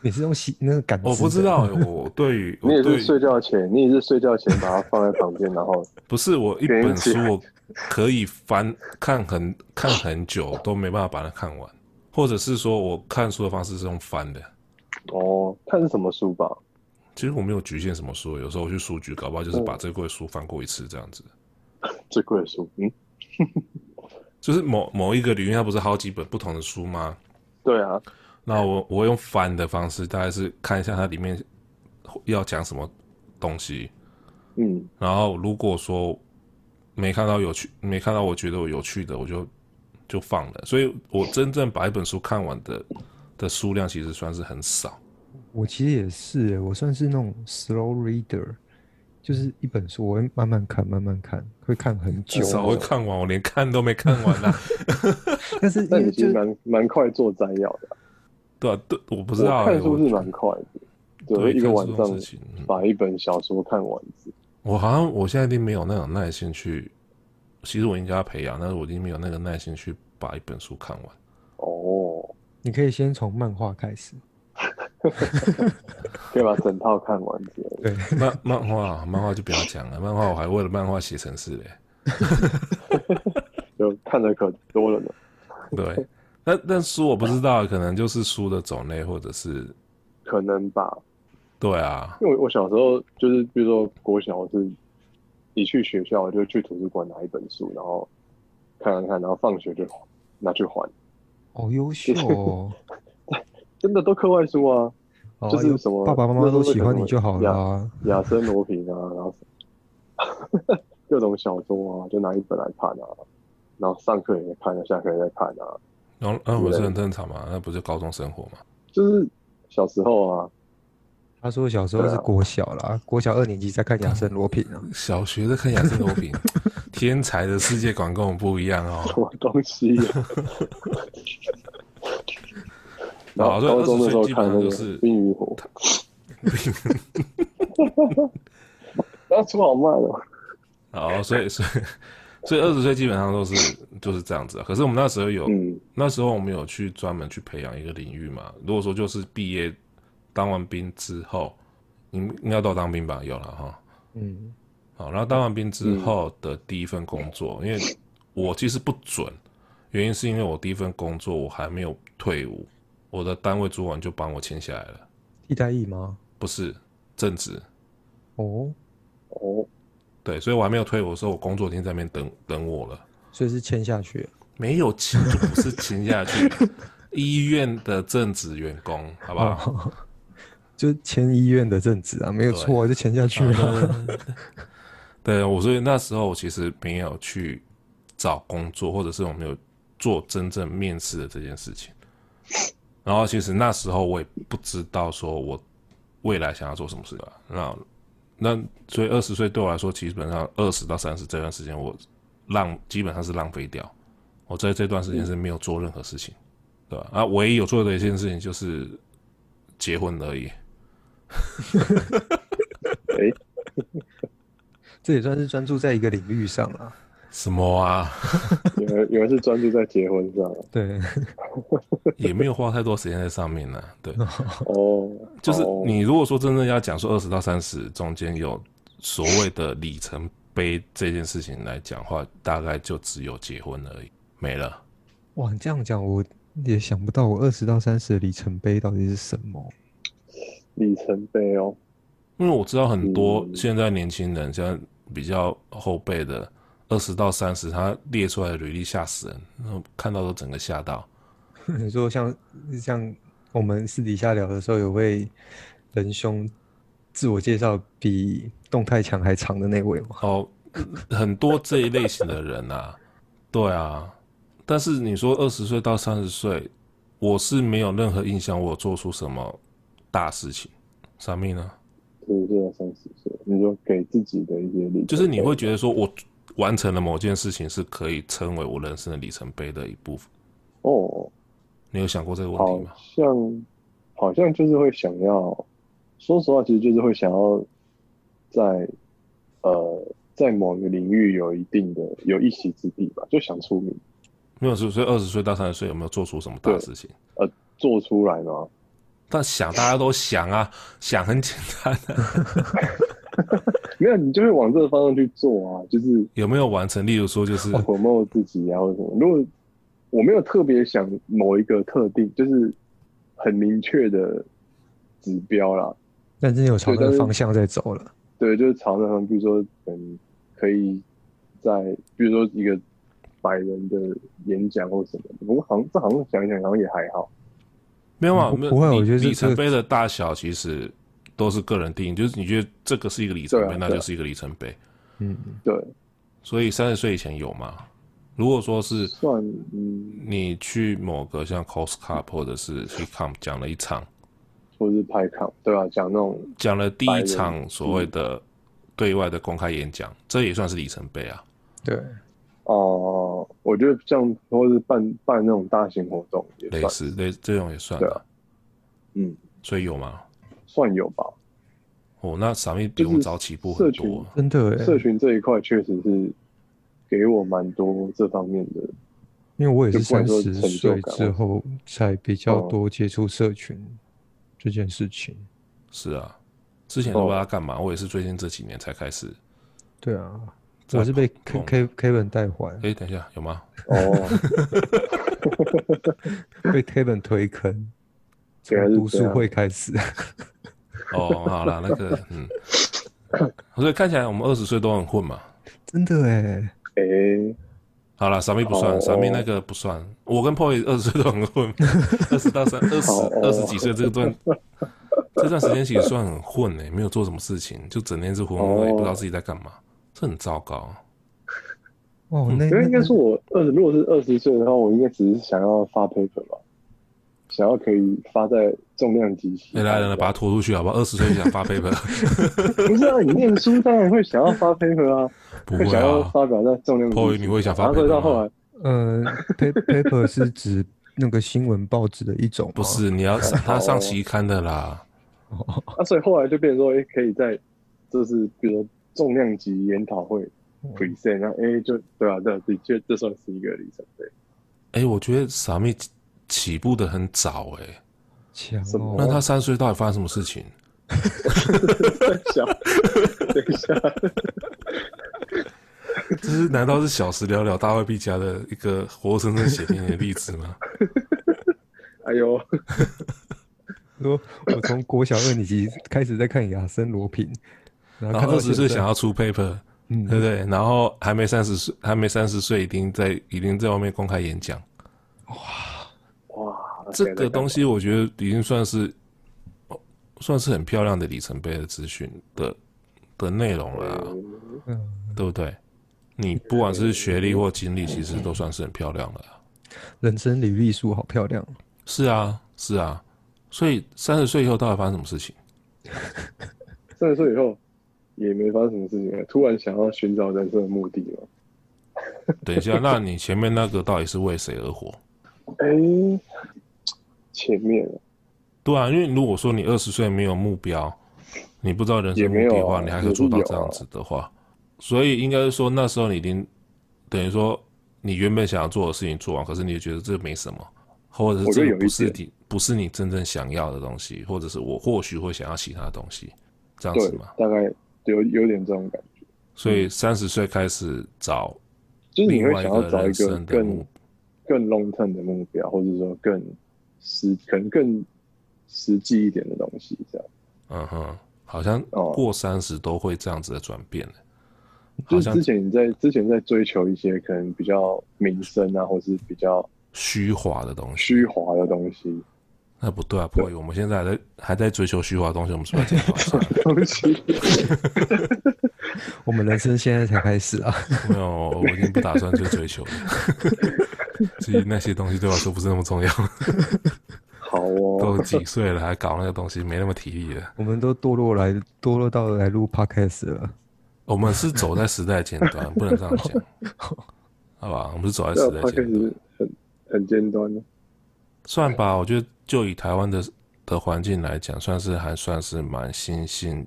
你是用吸那个感知的，
我不知道，我对
[laughs]
于我
你也
哦对
是
于
睡觉前，你也是睡觉前把它放在旁边，然后 [laughs]
不是我一
原
本
因
书
是
我可以翻看很看很久都没办法把它看完，或者是说我看书的方式是用翻的。
哦，看是什么书吧。
其实我没有局限什么书，有时候我去书局，搞不好
嗯
就是把这柜书翻过一次这样子。
最贵的书，嗯，
就是某某一个领域，它不是好几本不同的书吗？
对啊，
那我我用翻的方式，大概是看一下它里面要讲什么东西。
嗯，
然后如果说没看到有趣，没看到我觉得我有趣的，我就就放了。所以我真正把一本书看完的的数量其实算是很少。
我其实也是欸，我算是那种 slow reader，就是一本书，我会慢慢看，慢慢看，会看很
至。
久
少会看完，我连看都没看完
[laughs]
啊。
但是因
但你
为
其
就
实蛮蛮快做摘要的啊、
对啊，对，我不知道
我
欸、
看书
我
是蛮快的，
对
一个
看
晚
书这
上
种事情嗯
把一本小说看完一次。
我好像我现在已经没有那种耐心去，其实我应该要培养，但是我已经没有那个耐心去把一本书看完。
哦，
你可以先从漫画开始，
可以把整套看完之类的。
对，
漫漫画，啊漫画就不要讲了，漫画我还为了漫画写程式嘞。
就看的可多了呢。
对，但但书我不知道，可能就是书的种类，或者是
可能吧，
对啊，
因为我我小时候就是，比如说国小，我是一去学校我就去图书馆拿一本书，然后看看看，然后放学就拿去还。
好优秀
[laughs]
哦！
真的都课外书啊，
哦
就是
有
什么
爸爸妈妈都喜欢你就好了啊。
亚森罗平啊，然后各种小说啊，就拿一本来看啊，然后上课也在看啊，下课也在看啊，
然后那不是很正常嘛？那不就高中生活嘛？
就是小时候啊， [laughs]
他说小时候是国小啦，国小二年级在看亚森罗品啊。
嗯
小学的看雅思罗平，天才的世界观跟我们不一样哦。
什么东西、啊。然后
[laughs] 哦所以
高中的时候
20岁基本
看
上
那个
就
《
是
冰与火》， [laughs] 然后出好慢哦。
哦，所以所以所以二十岁基本上都是就是这样子啊。可是我们那时候有，
嗯，
那时候我们有去专门去培养一个领域嘛。如果说就是毕业当完兵之后，你们应该都有当兵吧？有了哈。
嗯，
好，然后当完兵之后的第一份工作，因为我其实不准，原因是因为我第一份工作我还没有退伍，我的单位主管就帮我签下来了，
替代役吗？
不是正职。
哦，
哦，
对，所以我还没有退伍的时候，我工作已经在那边等等我了。
所以是签下去。
没有请就不是请下去， [laughs] 医院的正职员工，好不好？
哦， [laughs] 就签医院的正职啊，没有错啊，就签下去了。
对，我所以那时候我其实没有去找工作，或者是我没有做真正面试的这件事情。然后其实那时候我也不知道说我未来想要做什么事啊。那那所以二十岁对我来说，基本上二十到三十这段时间，我浪基本上是浪费掉。我在这段时间是没有做任何事情，对吧？啊，唯一有做的一件事情就是结婚而已。
哎，
[laughs] 这也算是专注在一个领域上了。
什么啊？ [laughs]
有人有人是专注在结婚上啊
对，
也没有花太多时间在上面呢、对，
哦，
就是
哦
你如果说真正要讲说二十到三十中间有所谓的里程碑这件事情来讲话，大概就只有结婚而已，没了。
哇，你这样讲我也想不到，我二十到三十的里程碑到底是什么？
里程碑哦，
因为我知道很多
嗯
现在年轻人，现在比较后辈的二十到三十，他列出来的履历吓死人，然后看到都整个吓到。
[laughs] 你说像像我们私底下聊的时候，有位仁兄自我介绍比动态墙还长的那位吗？
哦，很多这一类型的人啊， [laughs] 对啊。但是你说二十岁到三十岁，我是没有任何印象，我有做出什么大事情。啥命呢？
就是现在三十岁，你就给自己的一些里程碑，
就是你会觉得说我完成了某件事情，是可以称为我人生的里程碑的一部分。
哦，
你有想过这个问
好
题吗？
像好像就是会想要，说实话，其实就是会想要在呃在某个领域有一定的有一席之地吧，就想出名，
没有，所以所以二十岁到三十岁有没有做出什么大事情？
呃，做出来嘛，
但想大家都想啊，想很简单、啊，
没有，你就会往这个方向去做啊，就是
有没有完成？例如说，就是、
promote 自己啊，或者什么。如果我没有特别想某一个特定，就是很明确的指标啦，
但是你有朝
对
那
但
个
是
方向在走了。
对，就是朝那方，比如说，嗯，可以在，比如说一个百人的演讲或什么的。不过好像这好像想一想，好像也还好。
没有啊，
不
没有
不会
里
我觉得
里
这
程
个
碑的大小其实都是个人定义，就是你觉得这个是一个里程
对
碑，
啊
那
对啊
就是一个里程碑。
嗯，
对，
所以三十岁以前有吗？如果说是
算，嗯，
你去某个像 Cos Cup 或者是 Hicom 讲了一场，
啊或是拍抗，对吧、讲那种嗯
讲了第一场所谓的对外的公开演讲，这也算是里程碑啊。
对，
哦、我觉得像或是办办那种大型活动也
类
算，
似类这种也算
对
啊
啊，嗯，
所以有吗？
算有吧。
哦，那傻妹比我们
就是
早起步
社
很
群
多。
真的哎，
社群这一块确实是给我蛮多这方面的，
因为我也
就是不管
三
说
十
成就
岁
感
之
或
后才比较
嗯
多接触社群这件事情。
是啊，之前都
哦
不知道干嘛，我也是最近这几年才开始。
对啊，
在
我是被
碰
K K Kevin 带坏，
哎，等一下，有吗？ [laughs]
哦，
被 Kevin 推坑，
原来
从
是
读
这
书
样
会开始。 [laughs]
哦，好啦，那个，嗯，所以看起来我们二十岁都很混嘛。
真的哎，
哎、
好啦，傻妹不
哦
算，傻妹那个不算。我跟 Poy 二十岁都很
[laughs]
混，二十到三二十
哦
二十几岁这段这段时间其实算很混呢、没有做什么事情，就整天是浑浑噩噩，
哦
也不知道自己在干嘛，这很糟糕。
哦，
嗯
那
因为应该
那
[laughs]
说我二十，如果是二十岁的话，我应该只是想要发 paper 吧，想要可以发在重量级期
哎来
刊。
来来，把他拖出去好不好？二十岁想发
[laughs]
paper，
不是啊，你念书当然会想要发 paper 啊，
不
会
会
想要
啊。
发表在重量级期刊。
Paul，你会想发
然后
paper
到后
吗
来，
呃 pa-，paper 是指那个新闻报纸的一种吗，
不是，你要上他上期刊的啦。
哦
啊，所以后来就变成说，哎、可以在就是比如说重量级研讨会
哦
嗯
present，然后哎、就对啊，对啊，的确这算是一个里程
[laughs]
碑。
哎、我觉得傻妹起起步的很早哎、
强
什么
那
哦。
他三岁到底发生什么事情？
等一下，等一下，
这是难道是小时聊聊大卫毕加的一个活生生血淋淋的例子吗？
哎呦，
说我从国小二年级开始在看亚森罗平， [laughs] 然后
然
看
后
到
二十呃岁
现在
想要出 paper，
嗯
对不对？然后还没三十岁，还没三十岁，已经在已经在外面公开演讲，
哇，
这个东西我觉得已经算是哦算是很漂亮的里程碑的资讯的的内容了啊、
嗯
嗯，
对不对？你不管是学历或经历，其实都算是很漂亮了啊、
人生履历书好漂亮，
是啊，是啊。所以三十岁以后到底发生什么事情？
三十岁以后也没发生什么事情，突然想要寻找人生的目的嘛。 [laughs]
等一下，那你前面那个到底是为谁而活？
哎、前面
对啊，因为如果说你二十岁没有目标，你不知道人生目的的话，
也没有啊
你还可以做到这样子的话，所以应该是说那时候你已经等于说你原本想要做的事情做完，可是你就觉得这没什么，或者是
我觉得
这
有
个
一
不是
点
你不是你真正想要的东西，或者是我或许会想要其他东西，这样
对
子嘛。，
大概有有点这种感觉，
所以三十岁开始找
就是你
另
会
外
想
一
要找一
人
个
生的
更
目，
更 long term 的目标，或者说更实，可能更实际一点的东西，这样。
嗯哼，好像
哦
过三十都会这样子的转变，好
就是
像
之前你在之前在追求一些可能比较民生啊，或是比较
虚华的东西。
虚华的东西，
那不对啊，不会，我们现在还在还在追求虚华的东西，我们出来检讨一
[laughs]
下。[laughs]
东西
我们人生现在才开始啊。 [laughs]
没有，我已经不打算去追求了。 [laughs] 其实那些东西对我来说不是那么重要，
好
都
哦，
几岁了还搞那个东西，没那么体力了。
我们都堕落来堕落到来录 podcast 了，
我们是走在时代尖端，不能这样讲，好吧？我们是走在
这
时代
样哦啊他开
尖端，
始很很尖端的，
算吧。我觉得就以台湾的的环境来讲，算是还算是蛮新兴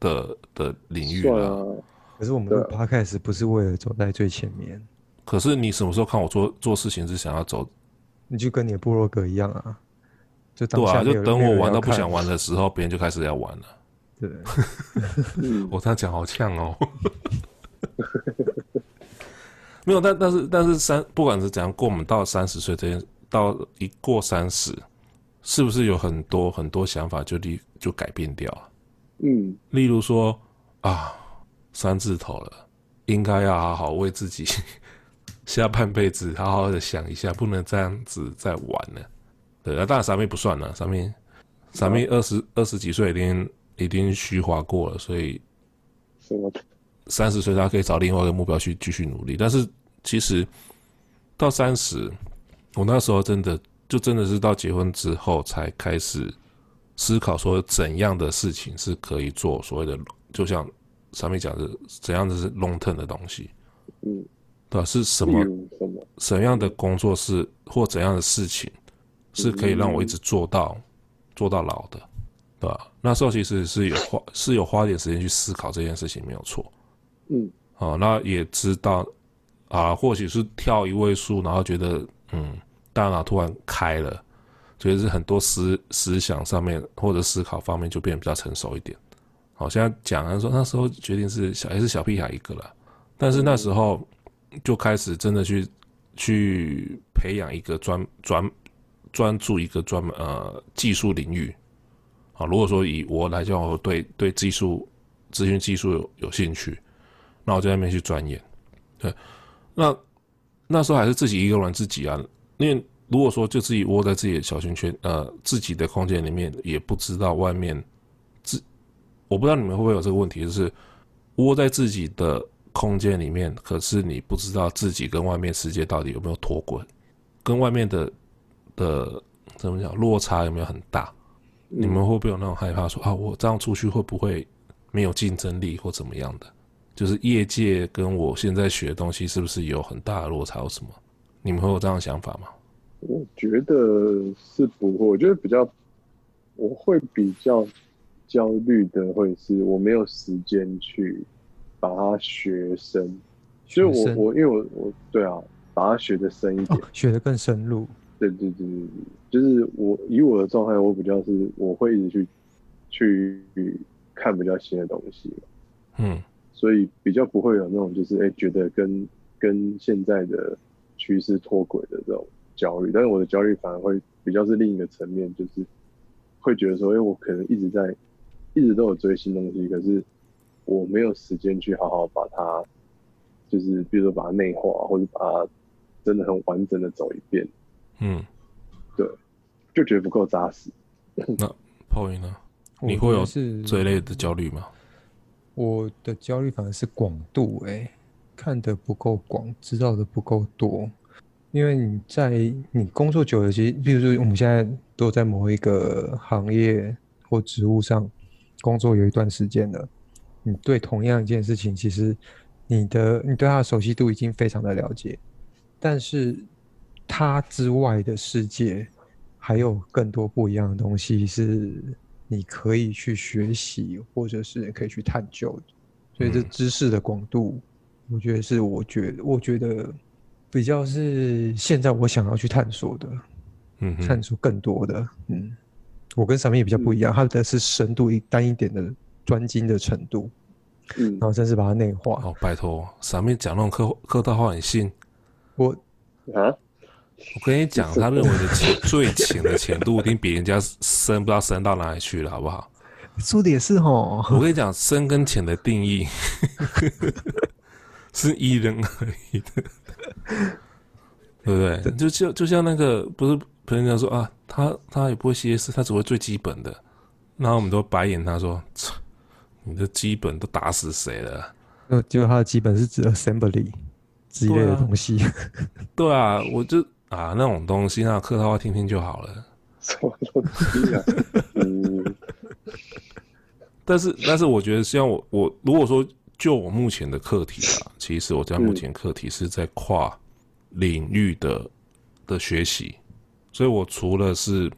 的的领域
算
了。
啊，
可是我们录
对啊
podcast 不是为了走在最前面，
可是你什么时候看我做做事情是想要走
你就跟你的部落格一样啊，就当
对
下
啊，
没
就
有
等
没有
我
人
玩
要
到不
看
想玩的时候，别人就开始要玩了。
对， [laughs]
嗯，
我这样讲好呛 [laughs] 哦。 [laughs] 没有，但但是但是三，不管是怎样过，我们到三十岁这件，到一过三十，是不是有很多很多想法就立就改变掉了？
嗯，
例如说啊，三字头了，应该要好好为自己 [laughs] 下半辈子好好的想一下，不能这样子再玩了。对，啊、当然傻妹不算了，傻妹傻妹二十二十几岁已经已经虚华过了，所以
什么
三十岁他可以找另外一个目标去继续努力。但是其实到三十，我那时候真的就真的是到结婚之后才开始思考说怎样的事情是可以做所谓的，就像上面讲的怎样的是 long term 的东西，
嗯，
对吧？啊是什
例
么
如嗯什么？
什么样的工作是或怎样的事情是可以让我一直做到、做到老的，对吧？那时候其实是有花是有花点时间去思考这件事情，没有错
嗯，
啊、那也知道啊，或许是跳一位数，然后觉得嗯，大脑突然开了，觉得是很多思思想上面或者思考方面就变得比较成熟一点。好、现在讲啊说那时候决定是小也是小屁孩一个了，但是那时候就开始真的去去培养一个专专专注一个专门呃技术领域啊。如果说以我来讲，我对对技术咨询技术有有兴趣，那我就在那边去钻研。对，那那时候还是自己一个玩自己啊，因为如果说就自己窝在自己的小圈圈呃自己的空间里面，也不知道外面自我不知道你们会不会有这个问题，就是窝在自己的空间里面，可是你不知道自己跟外面世界到底有没有脱轨，跟外面的的怎么讲落差有没有很大？你们会不会有那种害怕说啊，我这样出去会不会没有竞争力或怎么样的？就是业界跟我现在学的东西是不是有很大的落差或什么？你们会有这样的想法吗？
嗯我觉得是不会，我觉得比较，我会比较焦虑的会是我没有时间去把它学深，所以
学
我
深
我因为我我对啊，把它学的深一点
哦，，学得更深入。
对对对对，对就是我以我的状态，我比较是我会一直去去看比较新的东西，
嗯
所以比较不会有那种就是哎、诶觉得跟跟现在的趋势脱轨的这种焦虑，但是我的焦虑反而会比较是另一个层面，就是会觉得说，哎、我可能一直在一直都有追新东西，可是我没有时间去好好把它，就是比如说把它内化，或者把它真的很完整的走一遍，
嗯，
就觉得不够扎实。
那 Poy 呢？你
我
会
觉得
有
是
这一类的焦虑吗？
我的焦虑反而是广度、欸，看得不够广，知道的不够多。因为你在你工作久了，其实，比如说我们现在都在某一个行业或职务上工作有一段时间了，你对同样一件事情，其实你的你对它的熟悉度已经非常的了解，但是它之外的世界还有更多不一样的东西是你可以去学习，或者是可以去探究的。所以这
嗯
知识的广度，我觉得是我觉我觉得比较是现在我想要去探索的，
嗯哼
探，索更多的。嗯，我跟闪面也比较不一
嗯
样，他的是深度一单一点的专精的程度，
嗯
然，后甚至把它内化。
哦，拜托，上面讲那种客客套话，你信？
我
啊， [laughs]
我跟你讲，他认为的浅最浅的浅度，一定比人家深，不知道深到哪里去了，好不好？
说的也是吼， [laughs]
我跟你讲，深跟浅的定义 [laughs] 是因人而异的，对不对？就就就像那个，不是朋友说啊，他他也不会 CS，他只会最基本的。然后我们都白眼他说：“操你的基本都打死谁了？”
就就它的基本是指 assembly 这一类
对
的
啊
东西。
对啊，我就啊那种东西，那客套话听听就好了。
什么东西啊？ [laughs] 嗯，
但是，但是我觉得，像我我如果说就我目前的课题啊，其实我在目前课题是在跨领域的的学习，所以我除了是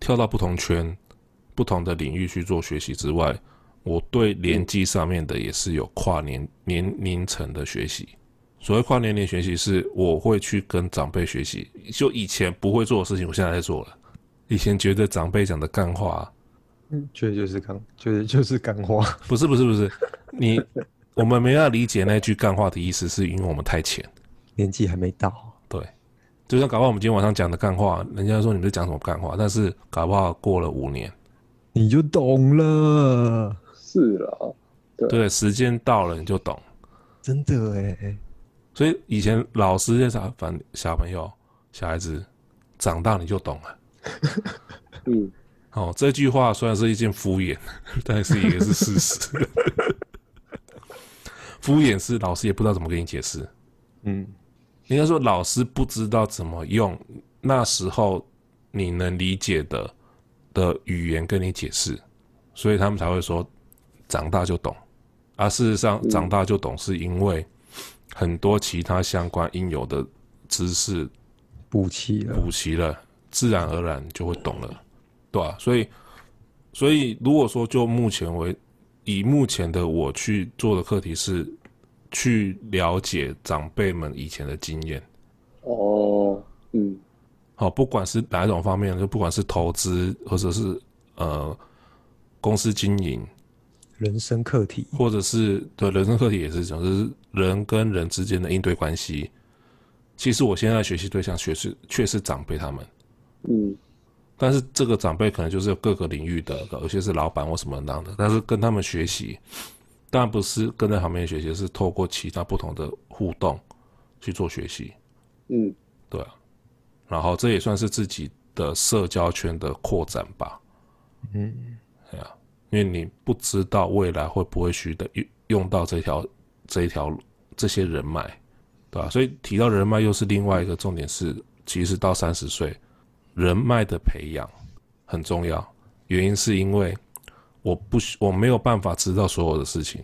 跳到不同圈、不同的领域去做学习之外，我对年纪上面的也是有跨年年龄层的学习。所谓跨年龄学习，是我会去跟长辈学习，就以前不会做的事情，我现在在做了。以前觉得长辈讲的干话啊、
嗯， [laughs] 确实就是干，确实就是干花。
不是不是不是，你我们没有要理解那句干话的意思，是因为我们太浅。
年纪还没到，
对，就像搞不好我们今天晚上讲的干话，人家说你们在讲什么干话，但是搞不好过了五年，
你就懂了，
是啦，
对，时间到了你就懂。
真的哎。
所以以前老师在小反小朋友、小孩子长大你就懂了。
嗯，
哦，这句话虽然是一件敷衍， [laughs] 但是也是事实。 [laughs] 敷衍是老师也不知道怎么跟你解释，
嗯，
应该说老师不知道怎么用那时候你能理解的的语言跟你解释，所以他们才会说长大就懂。啊，事实上长大就懂，是因为很多其他相关应有的知识
补齐了，
补齐了，自然而然就会懂了，对吧、所以，所以如果说就目前为以目前的我去做的课题是去了解长辈们以前的经验，
哦，嗯，
好、不管是哪一种方面，就不管是投资或者是呃公司经营，
人生课题，
或者是对人生课题也是这种，就是人跟人之间的应对关系。其实我现在的学习对象却是却是长辈他们，
嗯，
但是这个长辈可能就是有各个领域的，有些是老板或什么样的，但是跟他们学习，当然不是跟在旁边学习，是透过其他不同的互动去做学习，
嗯，
对啊、然后这也算是自己的社交圈的扩展吧，啊
嗯，
因为你不知道未来会不会需的用用到这条这一条这些人脉，对啊吧、所以提到人脉，又是另外一个重点是，其实到三十岁，人脉的培养很重要。原因是因为我不需我没有办法知道所有的事情，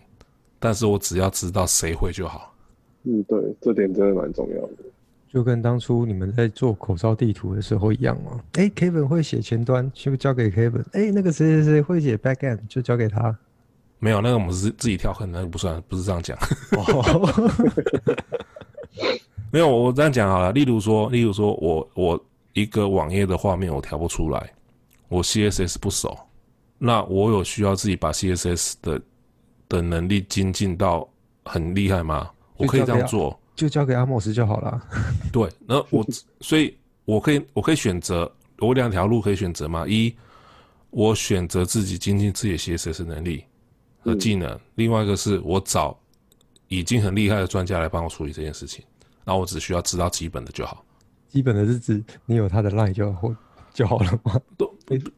但是我只要知道谁会就好。
嗯，对，这点真的蛮重要的。
就跟当初你们在做口罩地图的时候一样哦。哎，Kevin 会写前端，就交给 Kevin。哎，那个谁谁谁会写 back end，就交给他。
没有那个我们是自己跳坑，那个不算，不是这样讲。
哦，
没有，我这样讲好了。例如说，例如说我我一个网页的画面我调不出来，我 CSS 不熟，那我有需要自己把 CSS 的的能力精进到很厉害吗？我可以这样做，
[laughs] 就交给阿莫斯就好了。
对。那我所以我可以我可以选择，我有两条路可以选择嘛。一，我选择自己精进自己的 CSS 能力和技能；另外一个是我找已经很厉害的专家来帮我处理这件事情，然后我只需要知道基本的就好。
基本的日子，你有他的 line 就好就好了吗？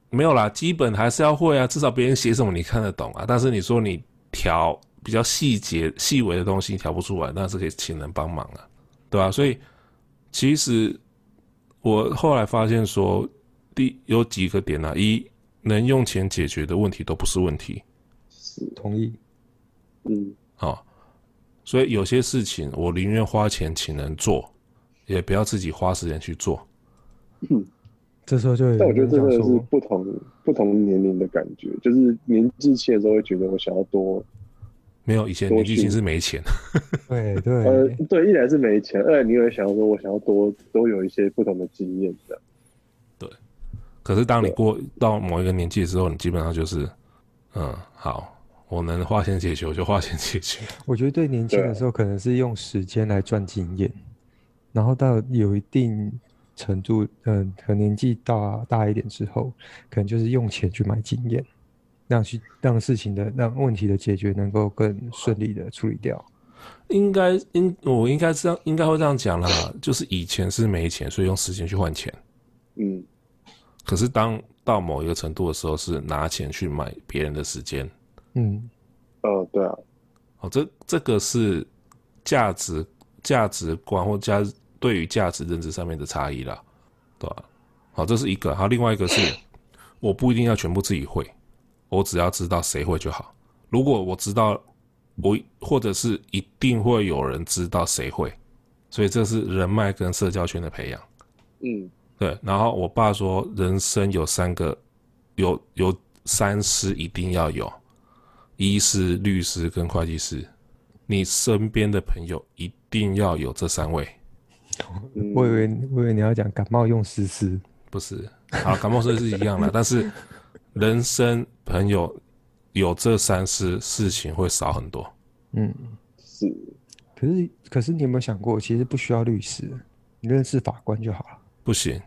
没有啦，基本还是要会啊，至少别人写什么你看得懂啊。但是你说你调比较细节、细微的东西调不出来，那是可以请人帮忙啊，对吧、所以其实我后来发现说，第有几个点啊，一能用钱解决的问题都不是问题
是，
同意。
嗯，
啊、哦所以有些事情我宁愿花钱请人做，也不要自己花时间去做。
这时候就有
但我觉得
人
这真
讲
的是 [laughs]
说，
不同不同年龄的感觉，就是年纪轻的时候会觉得我想要多
没有以前
多
年纪轻
去
是没钱，
对
呃
对，，
对，一来是没钱，二来你也会想要说，我想要多多有一些不同的经验这样。
可是当你
对
过到某一个年纪之后，你基本上就是，嗯，好，我能花钱解决我就花钱解决。
我觉得对年轻
对
的
啊
时候，可能是用时间来赚经验，然后到有一定程度，嗯、可能年纪大大一点之后，可能就是用钱去买经验，让去让事情的让问题的解决能够更顺利的处理掉。
应该应我应该这样应该会这样讲啦，就是以前是没钱，所以用时间去换钱。
嗯，
可是当到某一个程度的时候，是拿钱去买别人的时间。
嗯，
哦，对啊，
哦，这这个是价值价值观或价对于价值认知上面的差异啦，对吧、好，这是一个，还有另外一个是，我不一定要全部自己会，我只要知道谁会就好。如果我知道我或者是一定会有人知道谁会，所以这是人脉跟社交圈的培养。
嗯，
对，然后我爸说，人生有三个，有有三师一定要有，医师、律师跟会计师。你身边的朋友一定要有这三位，
嗯
我以为我以为你要讲感冒用思思，
不是？好，感冒生是一样的，但是人生朋友有这三师，事情会少很多。
嗯，
是，
可是可是你有没有想过，其实不需要律师，你认识法官就好了。
不行，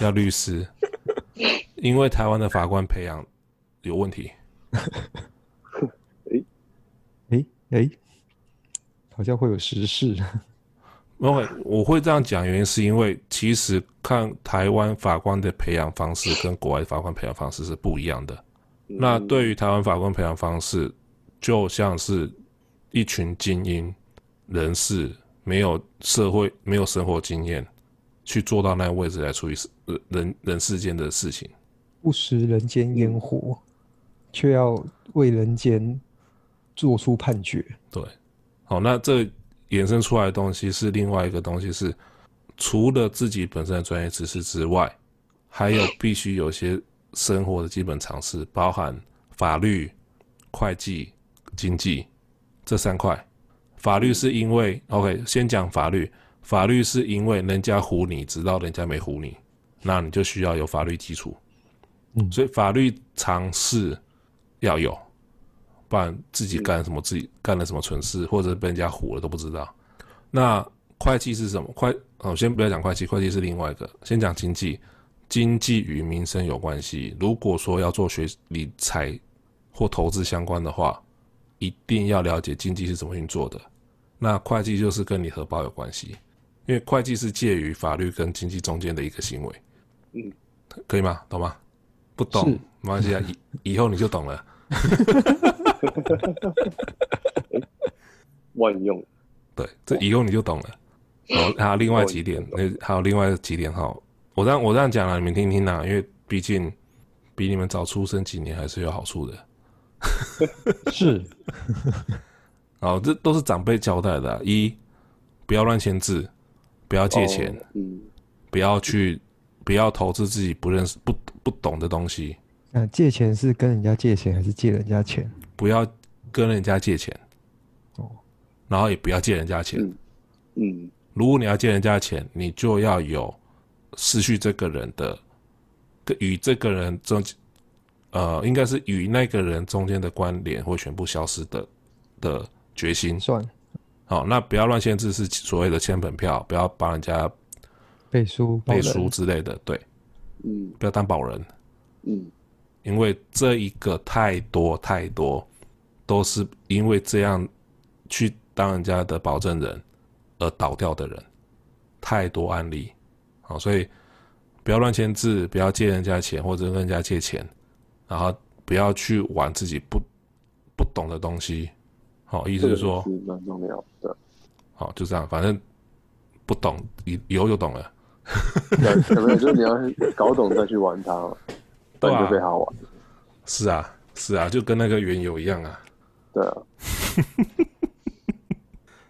要律师，因为台湾的法官培养有问题。
诶诶，好像会有时事。
因为我会这样讲，原因是因为其实看台湾法官的培养方式跟国外法官培养方式是不一样的。那
嗯
对于台湾法官培养方式，就像是一群精英人士，没有社会、没有生活经验，去做到那位置来处理事呃人人世间的事情。
不食人间烟火，却要为人间做出判决。
对，好，那这衍生出来的东西是另外一个东西是，除了自己本身的专业知识之外，还有必须有些生活的基本常识，包含法律、会计、经济这三块。法律是因为 OK，先讲法律，法律是因为人家唬你，直到人家没唬你，那你就需要有法律基础。
嗯
所以法律常识要有，不然自己干什么自己干了什么蠢事，或者被人家唬了都不知道。那会计是什么？会哦，先不要讲会计，会计是另外一个，先讲经济。经济与民生有关系。如果说要做学理财或投资相关的话，一定要了解经济是怎么运作的。那会计就是跟你荷包有关系，因为会计是介于法律跟经济中间的一个行为。
嗯，
可以吗？懂吗？不懂
是
没关系啊，以以后你就懂了。
万用，
对，这以后你就懂了。然后还有另外几点，
哦
那还有另外几点哈，我让我这样讲了，你们听听啦、因为毕竟比你们早出生几年还是有好处的。
是，
哦，这都是长辈交代的啊、一，不要乱签字，不要借钱，
哦，嗯，
不要去，不要投资自己不认识、不不懂的东西，
[laughs] 那、借钱是跟人家借钱还是借人家钱？
不要跟人家借钱，
哦
然后也不要借人家钱。
嗯嗯，
如果你要借人家钱，你就要有失去这个人的，跟与这个人中，呃，应该是与那个人中间的关联会全部消失的的决心。
算
好、那不要乱签字，是所谓的签本票，不要帮人家
背书，
背书，之类的，对，
嗯
不要担保人，
嗯，
因为这一个太多太多，都是因为这样去当人家的保证人而倒掉的人，太多案例，好，所以不要乱签字，不要借人家钱或者跟人家借钱，然后不要去玩自己不不懂的东西，好，意思
这
是
个
说
是，蛮重要的。
好，就这样，反正不懂以以后就懂了，
对，对不对？就是你要搞懂再去玩它
[laughs]
嘛，不然
对
就
啊
被它玩。
是啊，是啊，就跟那个原油一样啊。
对啊，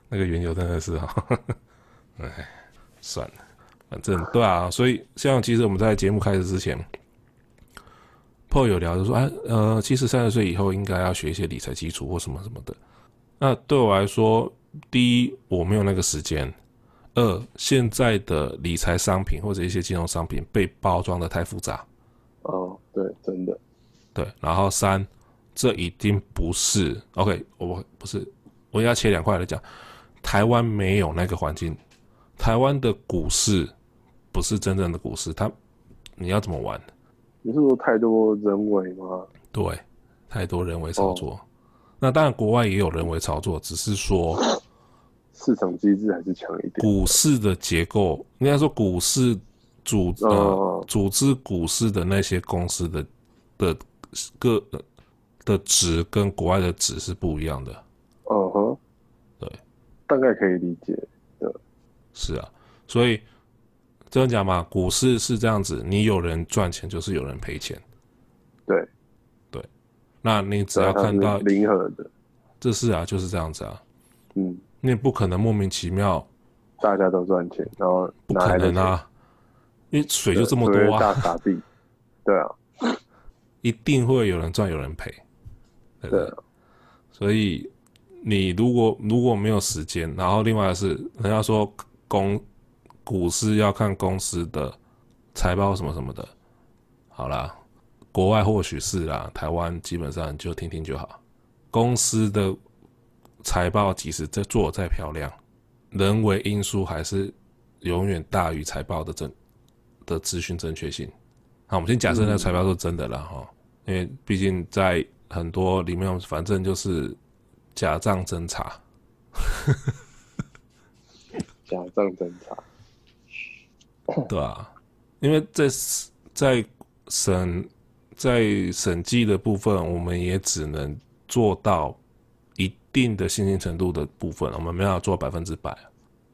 那个原油真的是哈， [laughs] 哎，算了，反正对啊，所以像其实我们在节目开始之前，Paul 有聊就说，哎，呃，其实三十岁以后应该要学一些理财基础或什么什么的。那对我来说，第一我没有那个时间，二现在的理财商品或者一些金融商品被包装的太复杂，
哦，对，真的，
对，然后三，这已经不是 OK，我不是，我要切两块来讲，台湾没有那个环境，台湾的股市不是真正的股市，它你要怎么玩？
你是说太多人为吗？
对，太多人为操作。那当然，国外也有人为操作，只是说
市场机制还是强一点。
股市的结构，应该说股市组呃
哦
组织股市的那些公司的的各的值跟国外的值是不一样的。
嗯哼，
对，
大概可以理解。
是啊，所以这样讲嘛，股市是这样子，你有人赚钱就是有人赔钱，
对，
那你只
对啊
要看到
它是零和的，
这是啊，就是这样子啊，
嗯，
你也不可能莫名其妙，
大家都赚钱，然后
不
哪
可
来的
能
钱？
啊，因为水
对
就这么多
所谓大
啊，
傻逼。对啊，
一定会有人赚有人赔，对不
对
对
啊？，
所以你如果如果没有时间，然后另外是人家说公股市要看公司的财报什么什么的，好啦，国外或许是啦，台湾基本上就听听就好。公司的财报即使再做得再漂亮，人为因素还是永远大于财报的正的资讯正确性。好，我们先假设那个财报是真的了哈、因为毕竟在很多里面，反正就是假账侦查，
假账侦查，
对啊，因为在 s- 在审在审计的部分，我们也只能做到一定的信心程度的部分，我们没办法做百分之百，啊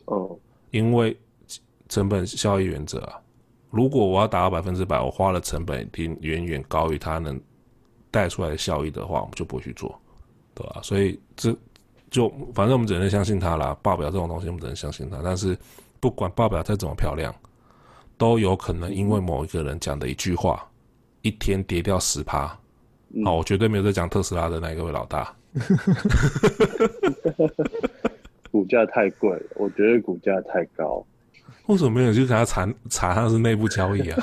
哦，
因为成本效益原则啊。如果我要达到百分之百，我花了成本一定远远高于它能带出来的效益的话，我们就不会去做。对吧、所以这就反正我们只能相信他啦。报表这种东西，我们只能相信他。但是不管报表再怎么漂亮，都有可能因为某一个人讲的一句话，一天跌掉十趴。哦
嗯
好，我绝对没有在讲特斯拉的那一位老大。
股价太贵了，我觉得股价太高。
为什么没有去给他查查他是内部交易啊？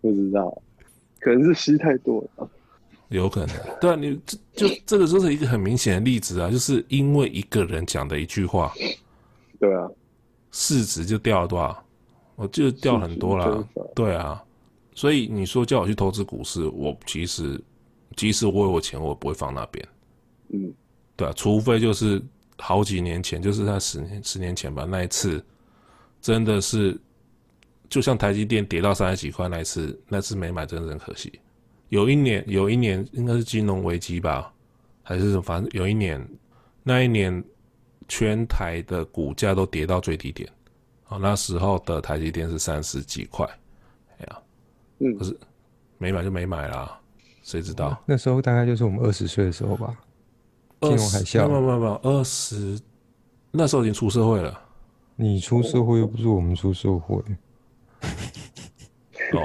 不知道，可能是吸太多了。
有可能，对啊，你这就这个就是一个很明显的例子啊，就是因为一个人讲的一句话，
对啊，
市值就掉了多少？我记得掉很多
市值
啦
多少，
对啊，所以你说叫我去投资股市，我其实即使我有钱，我也不会放那边，
嗯，
对啊，除非就是好几年前，就是在十年十年前吧，那一次真的是就像台积电跌到三十几块那一次，那次没买真的很可惜。有一年，有一年应该是金融危机吧，还是什么？反正有一年，那一年全台的股价都跌到最低点。好，那时候的台积电是三十几块，哎呀，
嗯
可是没买就没买啦，谁知道？
那时候大概就是我们二十岁的时候吧。嗯金融海
20
啸
没有没有没有，二十那时候已经出社会了。
你出社会又不是我们出社会，
哦，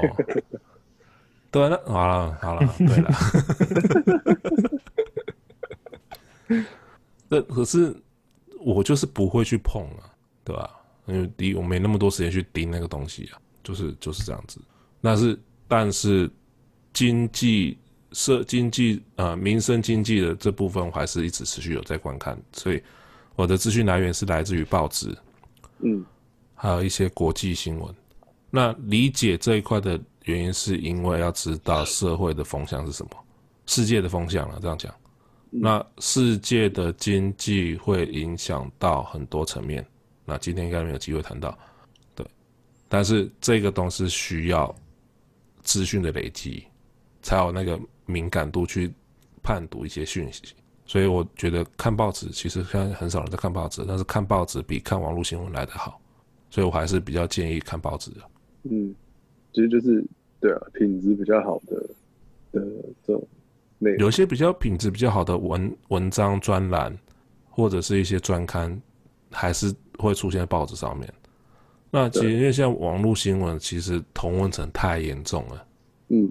对啊，那好了好了，对了。 [laughs] 那可是我就是不会去碰啊，对吧、因为第一我没那么多时间去盯那个东西啊，就是就是这样子。但是但是经济社经济呃民生经济的这部分，我还是一直持续有在观看，所以我的资讯来源是来自于报纸，
嗯，
还有一些国际新闻。那理解这一块的原因，是因为要知道社会的风向是什么，世界的风向了、啊这样讲，那世界的经济会影响到很多层面。那今天应该没有机会谈到，对。但是这个东西需要资讯的累积，才有那个敏感度去判读一些讯息。所以我觉得看报纸，其实现在很少人在看报纸，但是看报纸比看网络新闻来得好。所以我还是比较建议看报纸的。啊
嗯，其实就是对啊，品质比较好的的这种内容
有一些比较品质比较好的文文章、专栏，或者是一些专刊，还是会出现在报纸上面。那其实因为像网络新闻，其实同文层太严重了，
嗯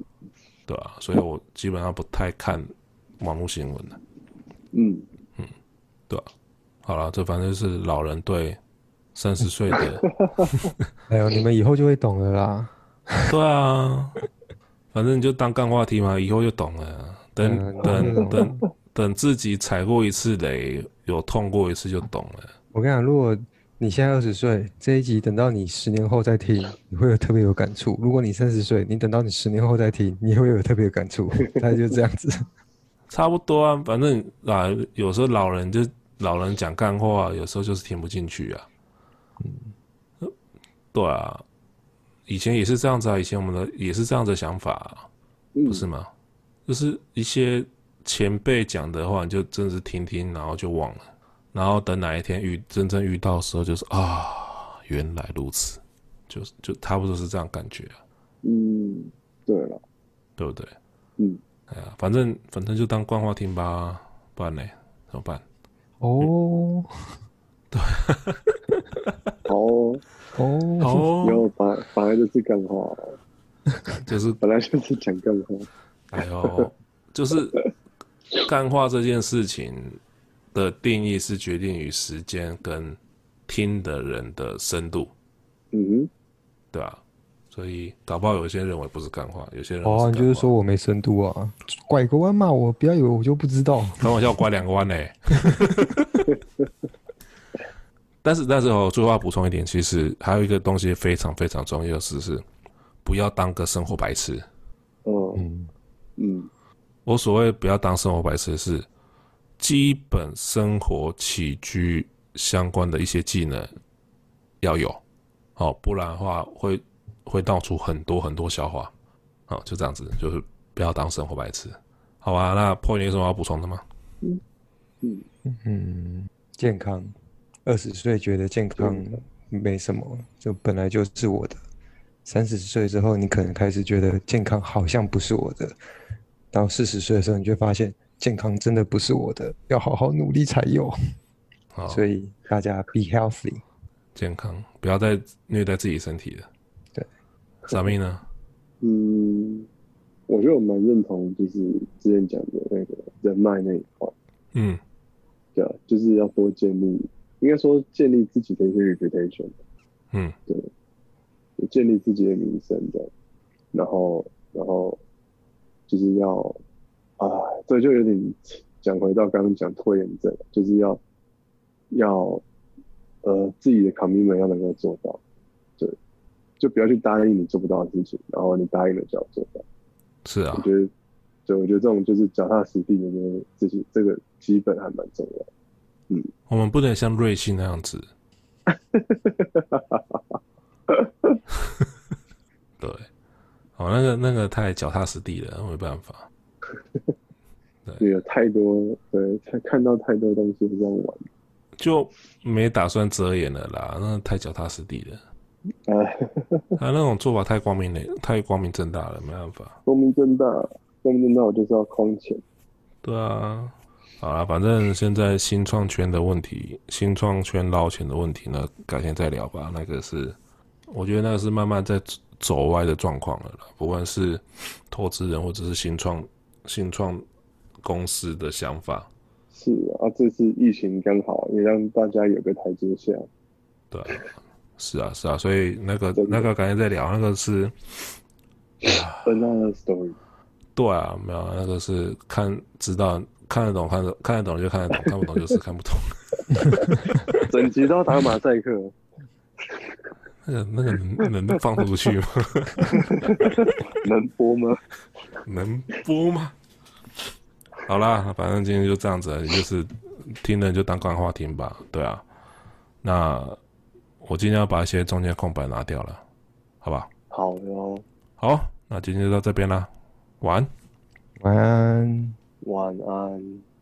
对吧、所以我基本上不太看网络新闻的，
嗯，
对吧、好了，这反正是老人对三十岁 [laughs] 的，
哎呦，你们以后就会懂了啦。
对啊，反正你就当干话题嘛，以后就懂了。等
嗯
等等等自己踩过一次雷，有痛过一次就懂了。
我跟你讲，如果你现在二十岁，这一集等到你十年后再听，你会有特别有感触；如果你三十岁，你等到你十年后再听，你也会有特别有感 [laughs] 触。大概就这样子。
差不多啊，反正啊，有时候老人就老人讲干话，有时候就是听不进去啊。嗯，对啊，以前也是这样子啊，以前我们的也是这样子的想法、啊，
嗯
不是吗？就是一些前辈讲的话，你就真的是听听，然后就忘了，然后等哪一天遇真正遇到的时候，就是啊，原来如此，就是就差不多是这样感觉啊、
嗯，对了，
对不对？
嗯，
哎呀，反正反正就当惯话听吧，不然呢怎么办？
哦
好哦，
哦， [laughs]
哦
然后本来本来就是干话，
就是
本来就是讲干话，
哎呦， [laughs] 就是干话这件事情的定义是决定于时间跟听的人的深度，
嗯
对吧、所以搞不好有些人认为不是干话，有些人
哦啊，
认为
你
干
就是
话
说我没深度啊？拐个弯骂我，不要以为我就不知道。
开玩笑，拐两个弯嘞。但是，但是哦，最后要补充一点，其实还有一个东西非常非常重要的事是，不要当个生活白痴。
哼，哦，
嗯，
嗯
我所谓不要当生活白痴是，基本生活起居相关的一些技能要有，哦，不然的话会会闹出很多很多笑话。哦，就这样子，就是不要当生活白痴，好吧？那破你有什么要补充的吗？
嗯，
嗯，健康，二十岁觉得健康没什么，就本来就是我的。三十岁之后，你可能开始觉得健康好像不是我的，到四十岁的时候，你就会发现健康真的不是我的，要好好努力才有。
好，
所以大家 be healthy。
健康，不要再虐待自己身体了。
对，
傻咪呢？
嗯，我觉得我蛮认同，就是之前讲的那个人脉那一块，
嗯，
对啊，就是要多建立，应该说建立自己的一些 reputation，
嗯，
对，就建立自己的名声的，然后，然后就是要啊，这就有点讲回到刚刚讲拖延症，就是要要呃自己的 commitment 要能够做到，对，就不要去答应你做不到的事情，然后你答应了就要做到。
是啊
我，觉得，对，我觉得这种就是脚踏实地的这个自己，这个基本还蛮重要。
我们不能像瑞幸那样
[laughs]
子。对，哦，那个那个太脚踏实地了，没办法。
对，有太多，对，看看到太多东西这样玩，
就没打算遮掩了啦，那太脚踏实地
[laughs]
了。
啊，
他、那种做法太光明磊，太光明正大了，没办法。
光明正大，光明正大，我就是要空钱。
对啊，好啦，反正现在新创圈的问题，新创圈捞钱的问题呢，改天再聊吧。那个是，我觉得那个是慢慢在走走歪的状况了啦。不管是投资人或者是新创新创公司的想法，
是啊，啊这次疫情刚好也让大家有个台阶下。
对啊、是啊是啊，所以那个那个改天再聊，那个是。
Banana story，
对啊，没有那个是看知道看得懂，看得看得懂就看得懂，看不懂就是看不懂。 [laughs]
整集都打马赛克， [laughs]
那个那个能能放出去吗？
能播吗？
能播吗？好啦，反正今天就这样子了，就是听了就当干话听吧。对啊，那我今天要把一些中间空白拿掉了，好吧？
好哟，
好，那今天就到这边啦，晚安。
晚安。
晚安。